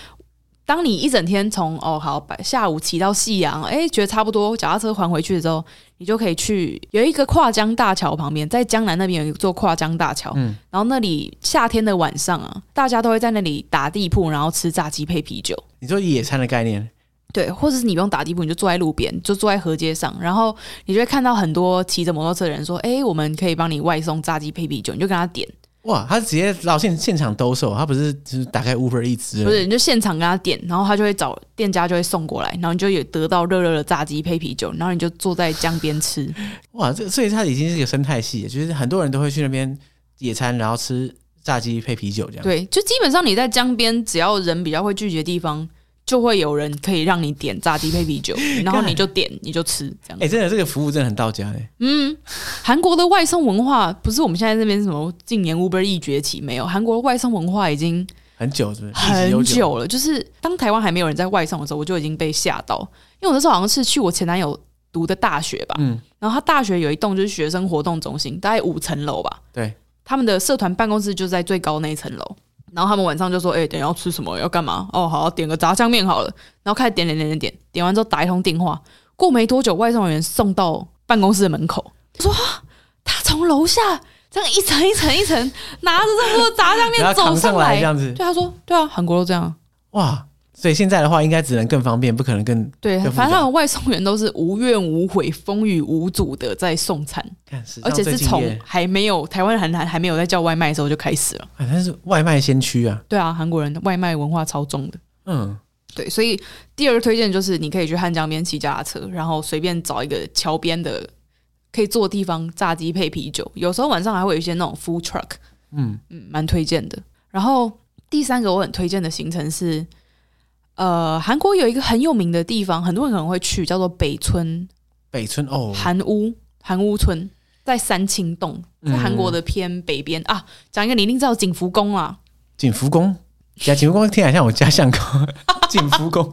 Speaker 3: 当你一整天从哦好白下午骑到夕阳，哎，觉得差不多，脚踏车还回去的时候，你就可以去有一个跨江大桥旁边，在江南那边有一座跨江大桥，
Speaker 2: 嗯
Speaker 3: 然后那里夏天的晚上啊，大家都会在那里打地铺，然后吃炸鸡配啤酒。
Speaker 2: 你说野餐的概念，
Speaker 3: 对，或者是你不用打地铺，你就坐在路边，就坐在河街上，然后你就会看到很多骑着摩托车的人说：“哎、我们可以帮你外送炸鸡配啤酒。”你就跟他点，
Speaker 2: 哇，他直接老现现场兜售，他不是就是打开 Uber 一直
Speaker 3: 不是你就现场跟他点，然后他就会找店家就会送过来，然后你就有得到热热的炸鸡配啤酒，然后你就坐在江边吃。
Speaker 2: 哇，这所以它已经是一个生态系了，就是很多人都会去那边野餐，然后吃炸鸡配啤酒这样。，
Speaker 3: 对，就基本上你在江边，只要人比较会聚集的地方，就会有人可以让你点炸鸡配啤酒，然后你就点，你就吃这样
Speaker 2: 哎、。真的这个服务真的很到家哎、
Speaker 3: 嗯，韩国的外送文化不是我们现在这边什么近年 Uber E 崛起没有，韩国的外送文化已经
Speaker 2: 很久是不是？历史
Speaker 3: 很
Speaker 2: 悠久，
Speaker 3: 久了。啊就是当台湾还没有人在外送的时候，我就已经被吓到，因为我那时候好像是去我前男友读的大学吧，
Speaker 2: 嗯
Speaker 3: 然后他大学有一栋就是学生活动中心，大概五层楼吧，
Speaker 2: 对，
Speaker 3: 他们的社团办公室就在最高那一层楼。然后他们晚上就说：“哎、等一下要吃什么？要干嘛？哦，好，点个炸酱面好了。”然后开始点点点点点，点完之后打一通电话，过没多久，外送人员送到办公室的门口，说：“啊，他从楼下这样一层一层一层拿着这么多炸酱面
Speaker 2: 然后
Speaker 3: 走
Speaker 2: 扛上
Speaker 3: 上
Speaker 2: 来
Speaker 3: 来
Speaker 2: 这，样子，
Speaker 3: 对，他说，对啊，韩国都这样。
Speaker 2: 哇，所以现在的话，应该只能更方便，不可能更
Speaker 3: 对，
Speaker 2: 更复杂
Speaker 3: 反正他们外送员都是无怨无悔、风雨无阻的在送餐，
Speaker 2: 看，史上
Speaker 3: 而且
Speaker 2: 最
Speaker 3: 是
Speaker 2: 敬业
Speaker 3: 从还没有台湾人还还没有在叫外卖的时候就开始了。
Speaker 2: 哎，但是外卖先驱啊，
Speaker 3: 对啊，韩国人的外卖文化超重的。
Speaker 2: 嗯，
Speaker 3: 对，所以第二个推荐就是你可以去汉江边骑脚踏车，然后随便找一个桥边的可以坐的地方炸鸡配啤酒，有时候晚上还会有一些那种 food truck，
Speaker 2: 嗯
Speaker 3: 嗯，蛮推荐的。然后第三个我很推荐的行程是，呃，韩国有一个很有名的地方，很多人可能会去，叫做北村
Speaker 2: 北村哦，
Speaker 3: 韩屋韩屋村，在三清洞，
Speaker 2: 嗯
Speaker 3: 在韩国的偏北边、啊。讲一个你一定知道景福宫 啊，
Speaker 2: 景福宫，呀，景福宫听起来像我家巷口， 景福宫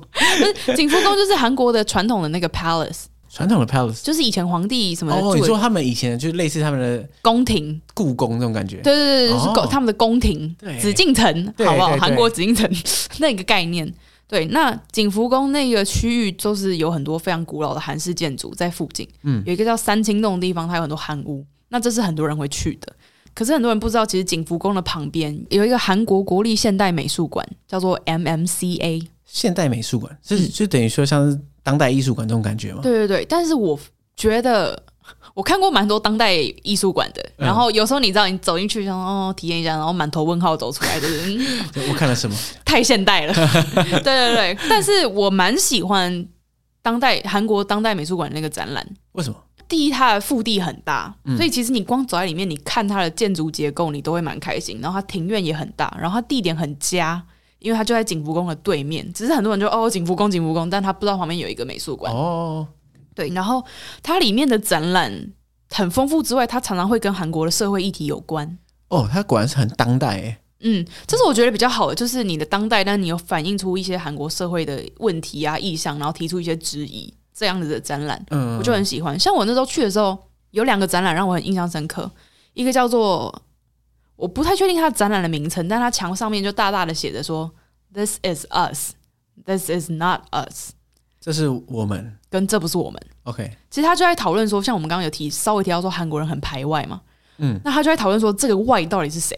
Speaker 3: 景福宫就是韩国的传统的那个 palace，
Speaker 2: 传统的 palace。
Speaker 3: 就是以前皇帝什么的
Speaker 2: 哦，你
Speaker 3: 住
Speaker 2: 说
Speaker 3: 的
Speaker 2: 他们以前就是类似他们的
Speaker 3: 宫廷。
Speaker 2: 故宫这种感觉，
Speaker 3: 对对对，就是宫、
Speaker 2: 哦
Speaker 3: 他们的宫廷
Speaker 2: 对
Speaker 3: 紫禁城，
Speaker 2: 对
Speaker 3: 好不好？
Speaker 2: 对对
Speaker 3: 韩国紫禁城 那个概念。对，那景福宫那个区域就是有很多非常古老的韩式建筑在附近，
Speaker 2: 嗯
Speaker 3: 有一个叫三清洞的地方，它有很多韩屋，那这是很多人会去的。可是很多人不知道，其实景福宫的旁边有一个韩国国立现代美术馆，叫做 MMCA。
Speaker 2: 现代美术馆，是就等于说像是当代艺术馆这种感觉嘛？
Speaker 3: 嗯对对对，但是我觉得 我看过蛮多当代艺术馆的，
Speaker 2: 嗯
Speaker 3: 然后有时候你知道，你走进去想说哦体验一下，然后满头问号走出来，就是嗯
Speaker 2: 我看了什么？
Speaker 3: 太现代了。对对对，但是我蛮喜欢当代韩国当代美术馆那个展览。
Speaker 2: 为什么？
Speaker 3: 第一，它的腹地很大，所以其实你光走在里面，你看它的建筑结构，你都会蛮开心。然后它庭院也很大，然后它地点很佳，因为它就在景福宫的对面。只是很多人就哦景福宫景福宫，但他不知道旁边有一个美术馆。
Speaker 2: 哦，
Speaker 3: 对，然后它里面的展览很丰富之外，它常常会跟韩国的社会议题有关。
Speaker 2: 哦，它果然是很当代诶。
Speaker 3: 嗯，这是我觉得比较好的，就是你的当代，但你有反映出一些韩国社会的问题啊、意向，然后提出一些质疑，这样子的展览，
Speaker 2: 嗯，
Speaker 3: 我就很喜欢。像我那时候去的时候，有两个展览让我很印象深刻，一个叫做我不太确定它展览的名称，但它墙上面就大大的写着说 “This is us, this is not us”，
Speaker 2: 这是我们
Speaker 3: 跟这不是我们。
Speaker 2: OK，
Speaker 3: 其实他就在讨论说，像我们刚刚有提稍微提到说韩国人很排外嘛，
Speaker 2: 嗯，
Speaker 3: 那他就在讨论说这个外到底是谁，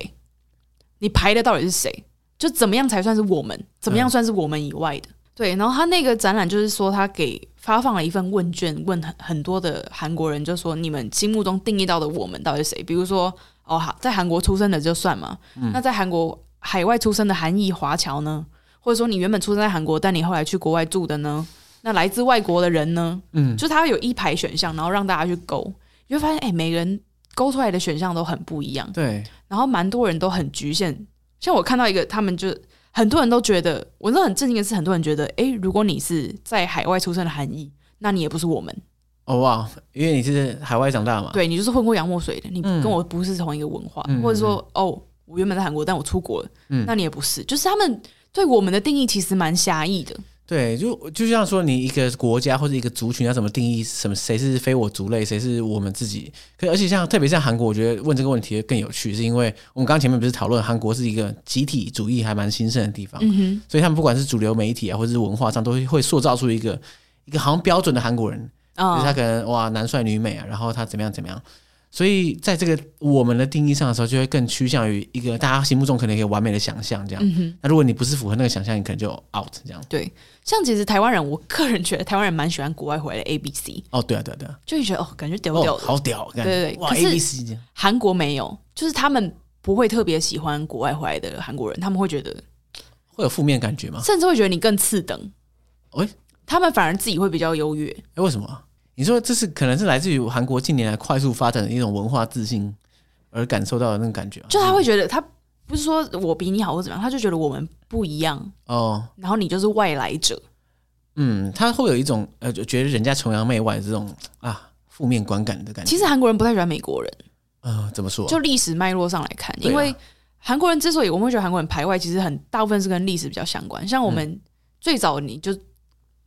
Speaker 3: 你排的到底是谁，就怎么样才算是我们，怎么样算是我们以外的？对，然后他那个展览就是说，他给发放了一份问卷，问很很多的韩国人，就说你们心目中定义到的我们到底是谁？比如说，哦，在韩国出生的就算嘛，那在韩国海外出生的韩裔华侨呢，或者说你原本出生在韩国，但你后来去国外住的呢？那来自外国的人呢？
Speaker 2: 嗯
Speaker 3: 就它有一排选项，然后让大家去勾，你会发现，哎、每个人勾出来的选项都很不一样，
Speaker 2: 对，
Speaker 3: 然后蛮多人都很局限。像我看到一个，他们就很多人都觉得，我真的很震惊的是，很多人觉得，哎、如果你是在海外出生的韩裔，那你也不是我们，
Speaker 2: 哦哇，因为你是海外长大嘛，
Speaker 3: 对你就是混过洋墨水的，你
Speaker 2: 嗯
Speaker 3: 跟我不是同一个文化，
Speaker 2: 嗯
Speaker 3: 或者说，哦，我原本在韩国，但我出国了，
Speaker 2: 嗯
Speaker 3: 那你也不是，就是他们对我们的定义其实蛮狭义的。
Speaker 2: 对，就就像说你一个国家或者一个族群要怎么定义什么谁是非我族类，谁是我们自己。可而且像特别像韩国，我觉得问这个问题更有趣，是因为我们刚前面不是讨论韩国是一个集体主义还蛮兴盛的地方，
Speaker 3: 嗯哼，
Speaker 2: 所以他们不管是主流媒体啊，或者是文化上，都会会塑造出一个一个好像标准的韩国人，就是他
Speaker 3: 啊、
Speaker 2: 可能哇男帅女美啊，然后他怎么样怎么样。所以在这个我们的定义上的时候，就会更趋向于一个大家心目中可能一个完美的想象这样。
Speaker 3: 嗯哼。
Speaker 2: 那如果你不是符合那个想象，你可能就 out 这样。
Speaker 3: 对，像其实台湾人，我个人觉得台湾人蛮喜欢国外回来的 A B C，
Speaker 2: 哦，对啊，对啊，对啊。
Speaker 3: 就会觉得哦，感觉屌屌
Speaker 2: 哦，
Speaker 3: 的。
Speaker 2: 好屌！感觉
Speaker 3: 对对对
Speaker 2: 哇
Speaker 3: 可是
Speaker 2: ，A B C 这样，
Speaker 3: 韩、国没有，就是他们不会特别喜欢国外回来的韩国人，他们会觉得，
Speaker 2: 会有负面感觉吗？
Speaker 3: 甚至会觉得你更次等。
Speaker 2: 啊喂
Speaker 3: 他们反而自己会比较优越。
Speaker 2: 哎，为什么啊？你说这是可能是来自于韩国近年来快速发展的一种文化自信而感受到的那种感觉啊？
Speaker 3: 就他会觉得他不是说我比你好或怎么样，他就觉得我们不一样，
Speaker 2: 哦，
Speaker 3: 然后你就是外来者。
Speaker 2: 嗯，他会有一种呃，就觉得人家崇洋媚外的这种啊负面观感的感觉。
Speaker 3: 其实韩国人不太喜欢美国人，
Speaker 2: 呃，怎么说啊？
Speaker 3: 就历史脉络上来看，
Speaker 2: 对啊
Speaker 3: 因为韩国人之所以我们会觉得韩国人排外，其实很大部分是跟历史比较相关。像我
Speaker 2: 嗯
Speaker 3: 们最早你就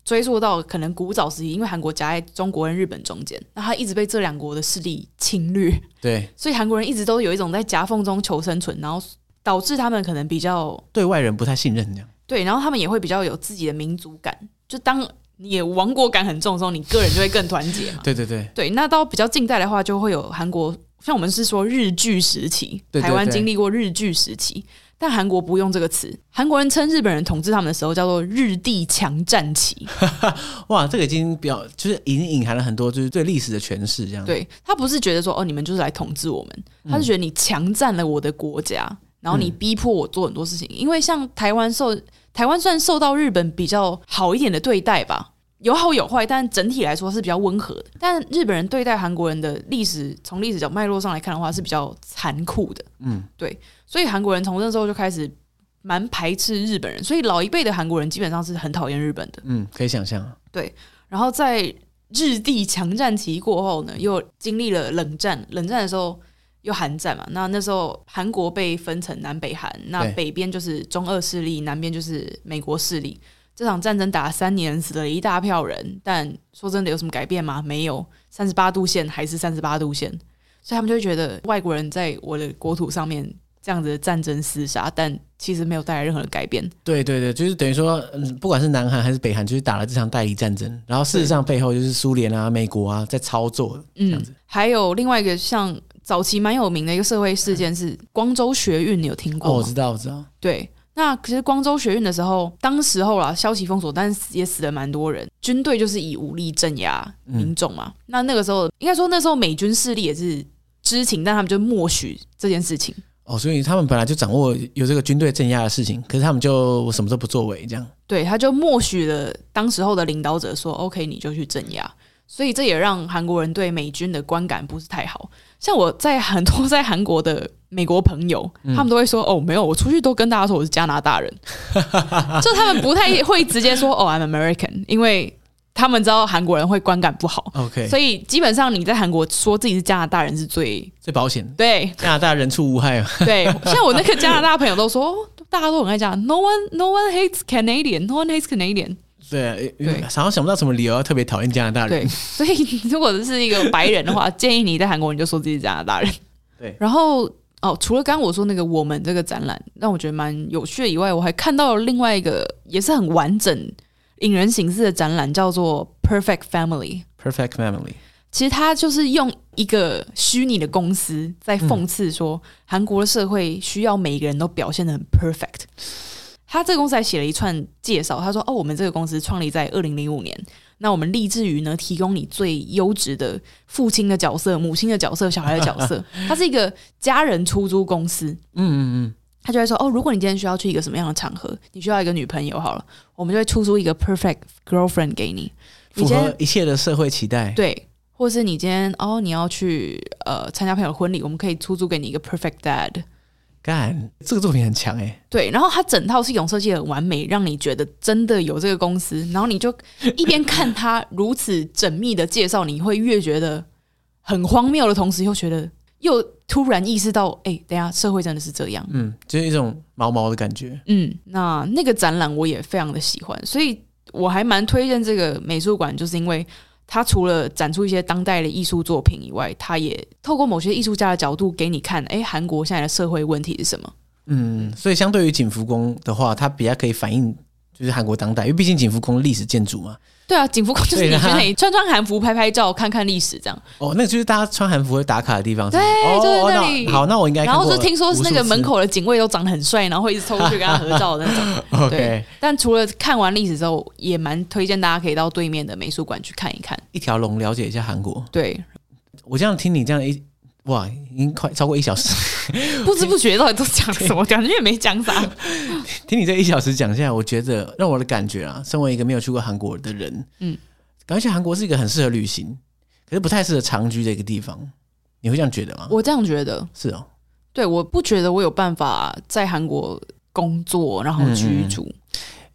Speaker 3: 追溯到可能古早时期，因为韩国夹在中国跟日本中间，那他一直被这两国的势力侵略，
Speaker 2: 对
Speaker 3: 所以韩国人一直都有一种在夹缝中求生存，然后导致他们可能比较
Speaker 2: 对外人不太信任这样。
Speaker 3: 对，然后他们也会比较有自己的民族感。就当你也亡国感很重的时候，你个人就会更团结嘛。
Speaker 2: 对对对，
Speaker 3: 对，那到比较近代的话，就会有韩国，像我们是说日据时期，
Speaker 2: 对对
Speaker 3: 台湾
Speaker 2: 对
Speaker 3: 经历过日据时期，但韩国不用这个词，韩国人称日本人统治他们的时候叫做日帝强占期。
Speaker 2: 哇，这个已经表就是已经隐含了很多就是对历史的诠释，这样。
Speaker 3: 对他不是觉得说哦，你们就是来统治我们，他是觉得你强占了我的国家，然后你逼迫我做很多事情。因为像台湾受台湾算受到日本比较好一点的对待吧，有好有坏，但整体来说是比较温和的。但日本人对待韩国人的历史，从历史角脉络上来看的话，是比较残酷的。
Speaker 2: 嗯，
Speaker 3: 对，所以韩国人从那时候就开始蛮排斥日本人，所以老一辈的韩国人基本上是很讨厌日本的。
Speaker 2: 嗯，可以想象。
Speaker 3: 然后在日帝强占期过后呢，又经历了冷战，冷战的时候又韩战嘛。那那时候韩国被分成南北韩，那
Speaker 2: 对
Speaker 3: 北边就是中俄势力，南边就是美国势力。这场战争打了三年，死了一大票人，但说真的有什么改变吗？没有，三十八度线还是三十八度线，所以他们就会觉得外国人在我的国土上面这样子的战争厮杀，但其实没有带来任何的改变。
Speaker 2: 对对对，就是等于说，嗯不管是南韩还是北韩，就是打了这场代理战争，然后事实上背后就是苏联啊、美国啊在操作。
Speaker 3: 嗯，还有另外一个像早期蛮有名的一个社会事件是光州学运，你有听
Speaker 2: 哦，
Speaker 3: 过
Speaker 2: 我
Speaker 3: 吗？
Speaker 2: 知道，我知道。
Speaker 3: 对。那其实光州学运的时候，当时候啦，消息封锁，但是也死了蛮多人。军队就是以武力镇压民众嘛。那那个时候，应该说那时候美军势力也是知情，但他们就默许这件事情。
Speaker 2: 哦，所以他们本来就掌握有这个军队镇压的事情，可是他们就我什么都不作为，这样。
Speaker 3: 对，他就默许了当时候的领导者说：“OK，你就去镇压。”所以这也让韩国人对美军的观感不是太好。像我在很多在韩 国的美国朋友，他们都会说：“哦，没有，我出去都跟大家说我是加拿大人。”就他们不太会直接说：“哦，I'm American”，因为他们知道韩国人会观感不好。
Speaker 2: OK，
Speaker 3: 哦所以基本上你在韩国说自己是加拿大人是最
Speaker 2: 最保险，
Speaker 3: 对
Speaker 2: 加拿大人畜无害嘛。哦
Speaker 3: 对，像我那个加拿大朋友都说，哦大家都很爱讲 “No one, no one hates Canadian, no one hates Canadian”。
Speaker 2: 对，因为
Speaker 3: 对
Speaker 2: 好像想不到什么理由要特别讨厌加拿大人。
Speaker 3: 对，所以 如果是一个白人的话，建议你在韩国你就说自己是加拿大人。
Speaker 2: 对
Speaker 3: 然后哦，除了刚刚我说那个我们这个展览让我觉得蛮有趣的以外，我还看到了另外一个也是很完整、引人形式的展览，叫做《Perfect Family》。
Speaker 2: Perfect family，
Speaker 3: 其实它就是用一个虚拟的公司在
Speaker 2: 嗯
Speaker 3: 讽刺说，韩国的社会需要每一个人都表现得很 perfect。他这个公司还写了一串介绍，他说：“哦，我们这个公司创立在二零零五年，那我们立志于呢，提供你最优质的父亲的角色、母亲的角色、小孩的角 色。它是一个家人出租公司。
Speaker 2: 嗯嗯
Speaker 3: 他就会说：哦，如果你今天需要去一个什么样的场合，你需要一个女朋友好了，我们就会出租一个 perfect girlfriend 给你。
Speaker 2: 嗯，
Speaker 3: 你
Speaker 2: 符
Speaker 3: 今天
Speaker 2: 合一切的社会期待。
Speaker 3: 对，或是你今天哦，你要去呃参加朋友婚礼，我们可以出租给你一个 perfect dad。
Speaker 2: 干，这个作品很强哎、
Speaker 3: 对，然后它整套系统设计得很完美，让你觉得真的有这个公司，然后你就一边看它如此缜密的介绍，你会越觉得很荒谬的同时，又觉得又突然意识到，哎、等一下社会真的是这样。
Speaker 2: 嗯，就是一种毛毛的感觉。
Speaker 3: 嗯，那那个展览我也非常的喜欢，所以我还蛮推荐这个美术馆，就是因为它除了展出一些当代的艺术作品以外，它也透过某些艺术家的角度给你看，哎，韩国现在的社会问题是什么？
Speaker 2: 嗯，所以相对于景福宫的话，它比较可以反映就是韩国当代，因为毕竟景福宫历史建筑嘛。
Speaker 3: 对啊，景福宫就是
Speaker 2: 对
Speaker 3: 你
Speaker 2: 啊
Speaker 3: 去那里穿穿韩服、拍拍照、看看历史这样。
Speaker 2: 哦，那个就是大家穿韩服会打卡的地方。对，哦、
Speaker 3: 就是那
Speaker 2: 哦
Speaker 3: 里
Speaker 2: 好，那我应该
Speaker 3: 然
Speaker 2: 看过
Speaker 3: 后就听说是那个门
Speaker 2: 无
Speaker 3: 口的警卫都长得很帅，然后会一直冲过去跟他合照 的那种。
Speaker 2: 数次。OK，
Speaker 3: 对，但除了看完历史之后，也蛮推荐大家可以到对面的美术馆去看一看。
Speaker 2: 一条龙了解一下韩国。
Speaker 3: 对，
Speaker 2: 我这样听你这样一哇，已经快超过一小时。
Speaker 3: 不知不觉到底都讲什么，感觉也没讲啥。
Speaker 2: 听你这一小时讲下来，我觉得让我的感觉啊，身为一个没有去过韩国的人，嗯
Speaker 3: 嗯，
Speaker 2: 感觉韩国是一个很适合旅行，可是不太适合长居的一个地方。你会这样觉得吗？
Speaker 3: 我这样觉得，
Speaker 2: 是哦，
Speaker 3: 对，我不觉得我有办法在韩国工作，然后
Speaker 2: 嗯
Speaker 3: 居住。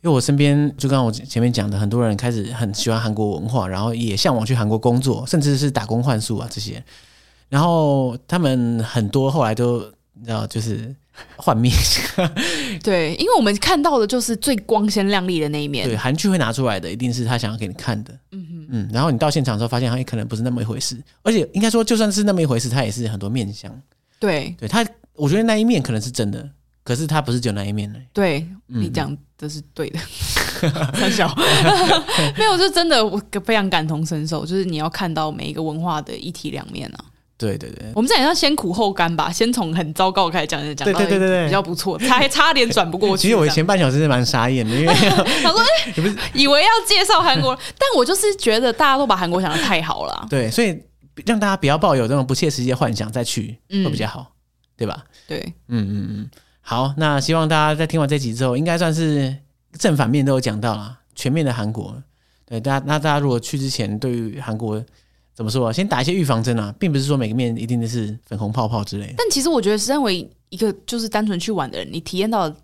Speaker 2: 因为我身边就刚刚我前面讲的，很多人开始很喜欢韩国文化，然后也向往去韩国工作，甚至是打工换宿啊这些。然后他们很多后来都你知道，就是幻灭，
Speaker 3: 对，因为我们看到的就是最光鲜亮丽的那一
Speaker 2: 对
Speaker 3: 面。
Speaker 2: 韩剧会拿出来的，一定是他想要给你看的。嗯嗯，然后你到现场之后，发现他可能不是那么一回事，而且应该说，就算是那么一回事，他也是很多面相。
Speaker 3: 对
Speaker 2: 对他，我觉得那一面可能是真的，可是他不是只有那一面呢。
Speaker 3: 对，
Speaker 2: 嗯
Speaker 3: 你讲的是对的， 三 小没有，就真的我非常感同身受，就是你要看到每一个文化的一体两面啊。
Speaker 2: 对对对，
Speaker 3: 我们这样要先苦后甘吧，先从很糟糕开始讲，讲到
Speaker 2: 对对对对对
Speaker 3: 比较不错，差差点转不过去。
Speaker 2: 其实我以
Speaker 3: 这样
Speaker 2: 前半小时是蛮傻眼的，因 为
Speaker 3: 想说，哎、
Speaker 2: 你不是
Speaker 3: 以为要介绍韩国，但我就是觉得大家都把韩国想的太好了。啊
Speaker 2: 对，所以让大家不要抱有这种不切实际的幻想再去
Speaker 3: 嗯
Speaker 2: 会比较好，对吧？
Speaker 3: 对，
Speaker 2: 嗯嗯嗯，好，那希望大家在听完这集之后，应该算是正反面都有讲到啦，全面的韩国。对，大家那大家如果去之前，对于韩国怎么说啊，先打一些预防针啊，并不是说每个面一定都是粉红泡泡之类的，
Speaker 3: 但其实我觉得，身为一个就是单纯去玩的人，你体验到的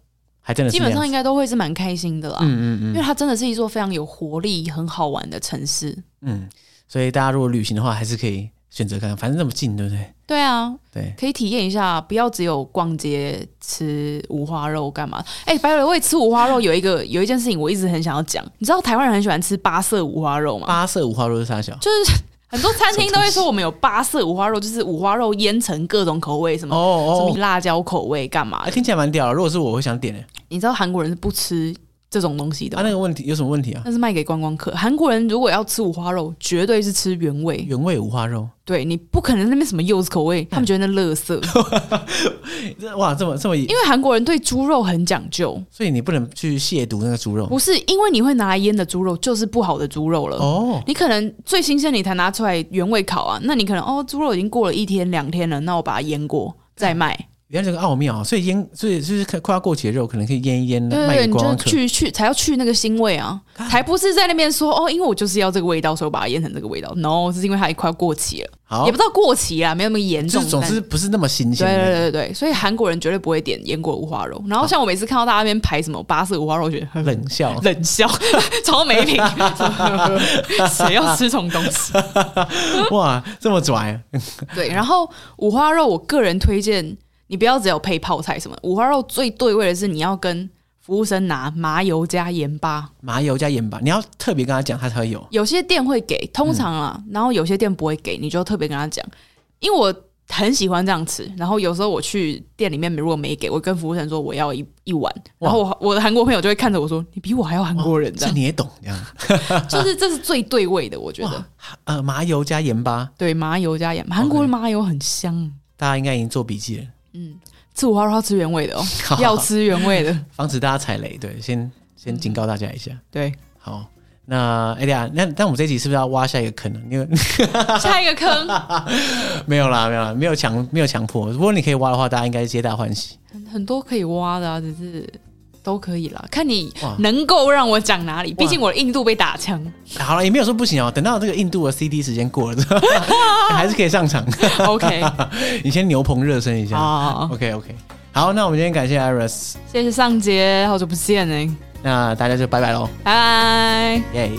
Speaker 2: 还真的是
Speaker 3: 基本上
Speaker 2: 这样
Speaker 3: 应该都会是蛮开心的啦。
Speaker 2: 嗯嗯
Speaker 3: 因为
Speaker 2: 嗯
Speaker 3: 它真的是一座非常有活力、很好玩的城市。
Speaker 2: 嗯，所以大家如果旅行的话，还是可以选择看看，反正那么近，对不对？
Speaker 3: 对啊，
Speaker 2: 对，
Speaker 3: 可以体验一下，不要只有逛街吃五花肉干嘛？哎、白尾味吃五花肉有一个有一件事情我一直很想要讲，你知道台湾人很喜欢吃八色五花肉吗？
Speaker 2: 八色五花肉是啥小？
Speaker 3: 就是很多餐厅都会说我们有八色五花肉，就是五花肉腌成各种口味，什么、什
Speaker 2: 哦
Speaker 3: 么
Speaker 2: 哦，
Speaker 3: 辣椒口味干嘛
Speaker 2: 哎，
Speaker 3: 的？
Speaker 2: 听起来蛮屌的。如果是我，我会想点诶。
Speaker 3: 你知道韩国人是不吃这种东西的
Speaker 2: 啊，
Speaker 3: 吗，
Speaker 2: 那个问题有什么问题啊？
Speaker 3: 那是卖给观光客。韩国人如果要吃五花肉，绝对是吃原味，
Speaker 2: 原味五花肉，
Speaker 3: 对你不可能那边什么柚子口味，他们觉得那 垃圾。嗯
Speaker 2: 这哇，这么这么，
Speaker 3: 因为韩国人对猪肉很讲究，
Speaker 2: 所以你不能去亵渎那个猪肉。
Speaker 3: 不是因为你会拿来腌的猪肉就是不好的猪肉了。
Speaker 2: 哦，
Speaker 3: 你可能最新鲜你才拿出来原味烤啊，那你可能哦猪肉已经过了一天两天了，那我把它腌过再卖。
Speaker 2: 原来这个奥妙，啊所以腌，所以就是快要过期的肉，可能可以腌一腌，
Speaker 3: 对
Speaker 2: 嗯卖
Speaker 3: 对对，
Speaker 2: 给
Speaker 3: 你
Speaker 2: 观
Speaker 3: 就
Speaker 2: 光啊客。
Speaker 3: 去去才要去那个腥味啊，才不是在那边说哦，因为我就是要这个味道，所以我把它腌成这个味道。No，是因为它也快要过期了，
Speaker 2: 好
Speaker 3: 也不，知道过期啦，没有那么严
Speaker 2: 哦就
Speaker 3: 重
Speaker 2: 是。总
Speaker 3: 但
Speaker 2: 之不是那么新鲜
Speaker 3: 对对
Speaker 2: 的，
Speaker 3: 对对，对所以韩国人绝对不会点腌过五花肉。然后像我每次看到大家那边排什么八色五花肉，我觉得 呵呵
Speaker 2: 冷 笑。
Speaker 3: 冷笑，超没品， 谁要吃这种东西？
Speaker 2: 哇，这么拽，
Speaker 3: 对，然后五花肉，我个人推荐你不要只有配泡菜什么的，五花肉最对味的是你要跟服务生拿麻油加盐巴，
Speaker 2: 麻油加盐巴，你要特别跟他讲，他才会有。
Speaker 3: 有些店会给，通常啊，
Speaker 2: 嗯
Speaker 3: 然后有些店不会给，你就特别跟他讲，因为我。很喜欢这样吃，然后有时候我去店里面，如果没给我跟服务生说我要一一碗，然后我我的韩国朋友就会看着我说你比我还要韩国人，这
Speaker 2: 这
Speaker 3: 样
Speaker 2: 你也懂这样？
Speaker 3: 就是这是最对味的，我觉得
Speaker 2: 哇。，呃，麻油加盐巴，
Speaker 3: 对，麻油加盐，韩国的麻油很香。
Speaker 2: 大家应该已经做笔记了，
Speaker 3: 吃五花肉要吃原味的哦，要吃原味 的。
Speaker 2: 防止大家踩雷。对，先先警告大家一下。
Speaker 3: 对，
Speaker 2: 好，那哎呀，那但我们这集是不是要挖下一个坑呢？因为
Speaker 3: 下一个坑
Speaker 2: 没有啦，没有啦，没有强没有强迫。如果你可以挖的话，大家应该皆大欢喜。
Speaker 3: 很多可以挖的、啊，只是都可以啦，看你
Speaker 2: 哇
Speaker 3: 能够让我讲哪里。毕竟我的印度被打枪，
Speaker 2: 好了，也没有说不行哦。等到这个印度的 CD 时间过了之后， 还是可以上场。
Speaker 3: OK
Speaker 2: 你先牛棚热身一下。
Speaker 3: 啊，
Speaker 2: OK OK，好，那我们今天感谢 Iris，
Speaker 3: 谢谢上杰，好久不见哎、
Speaker 2: 那大家就拜拜喽，
Speaker 3: 拜拜。
Speaker 2: 耶、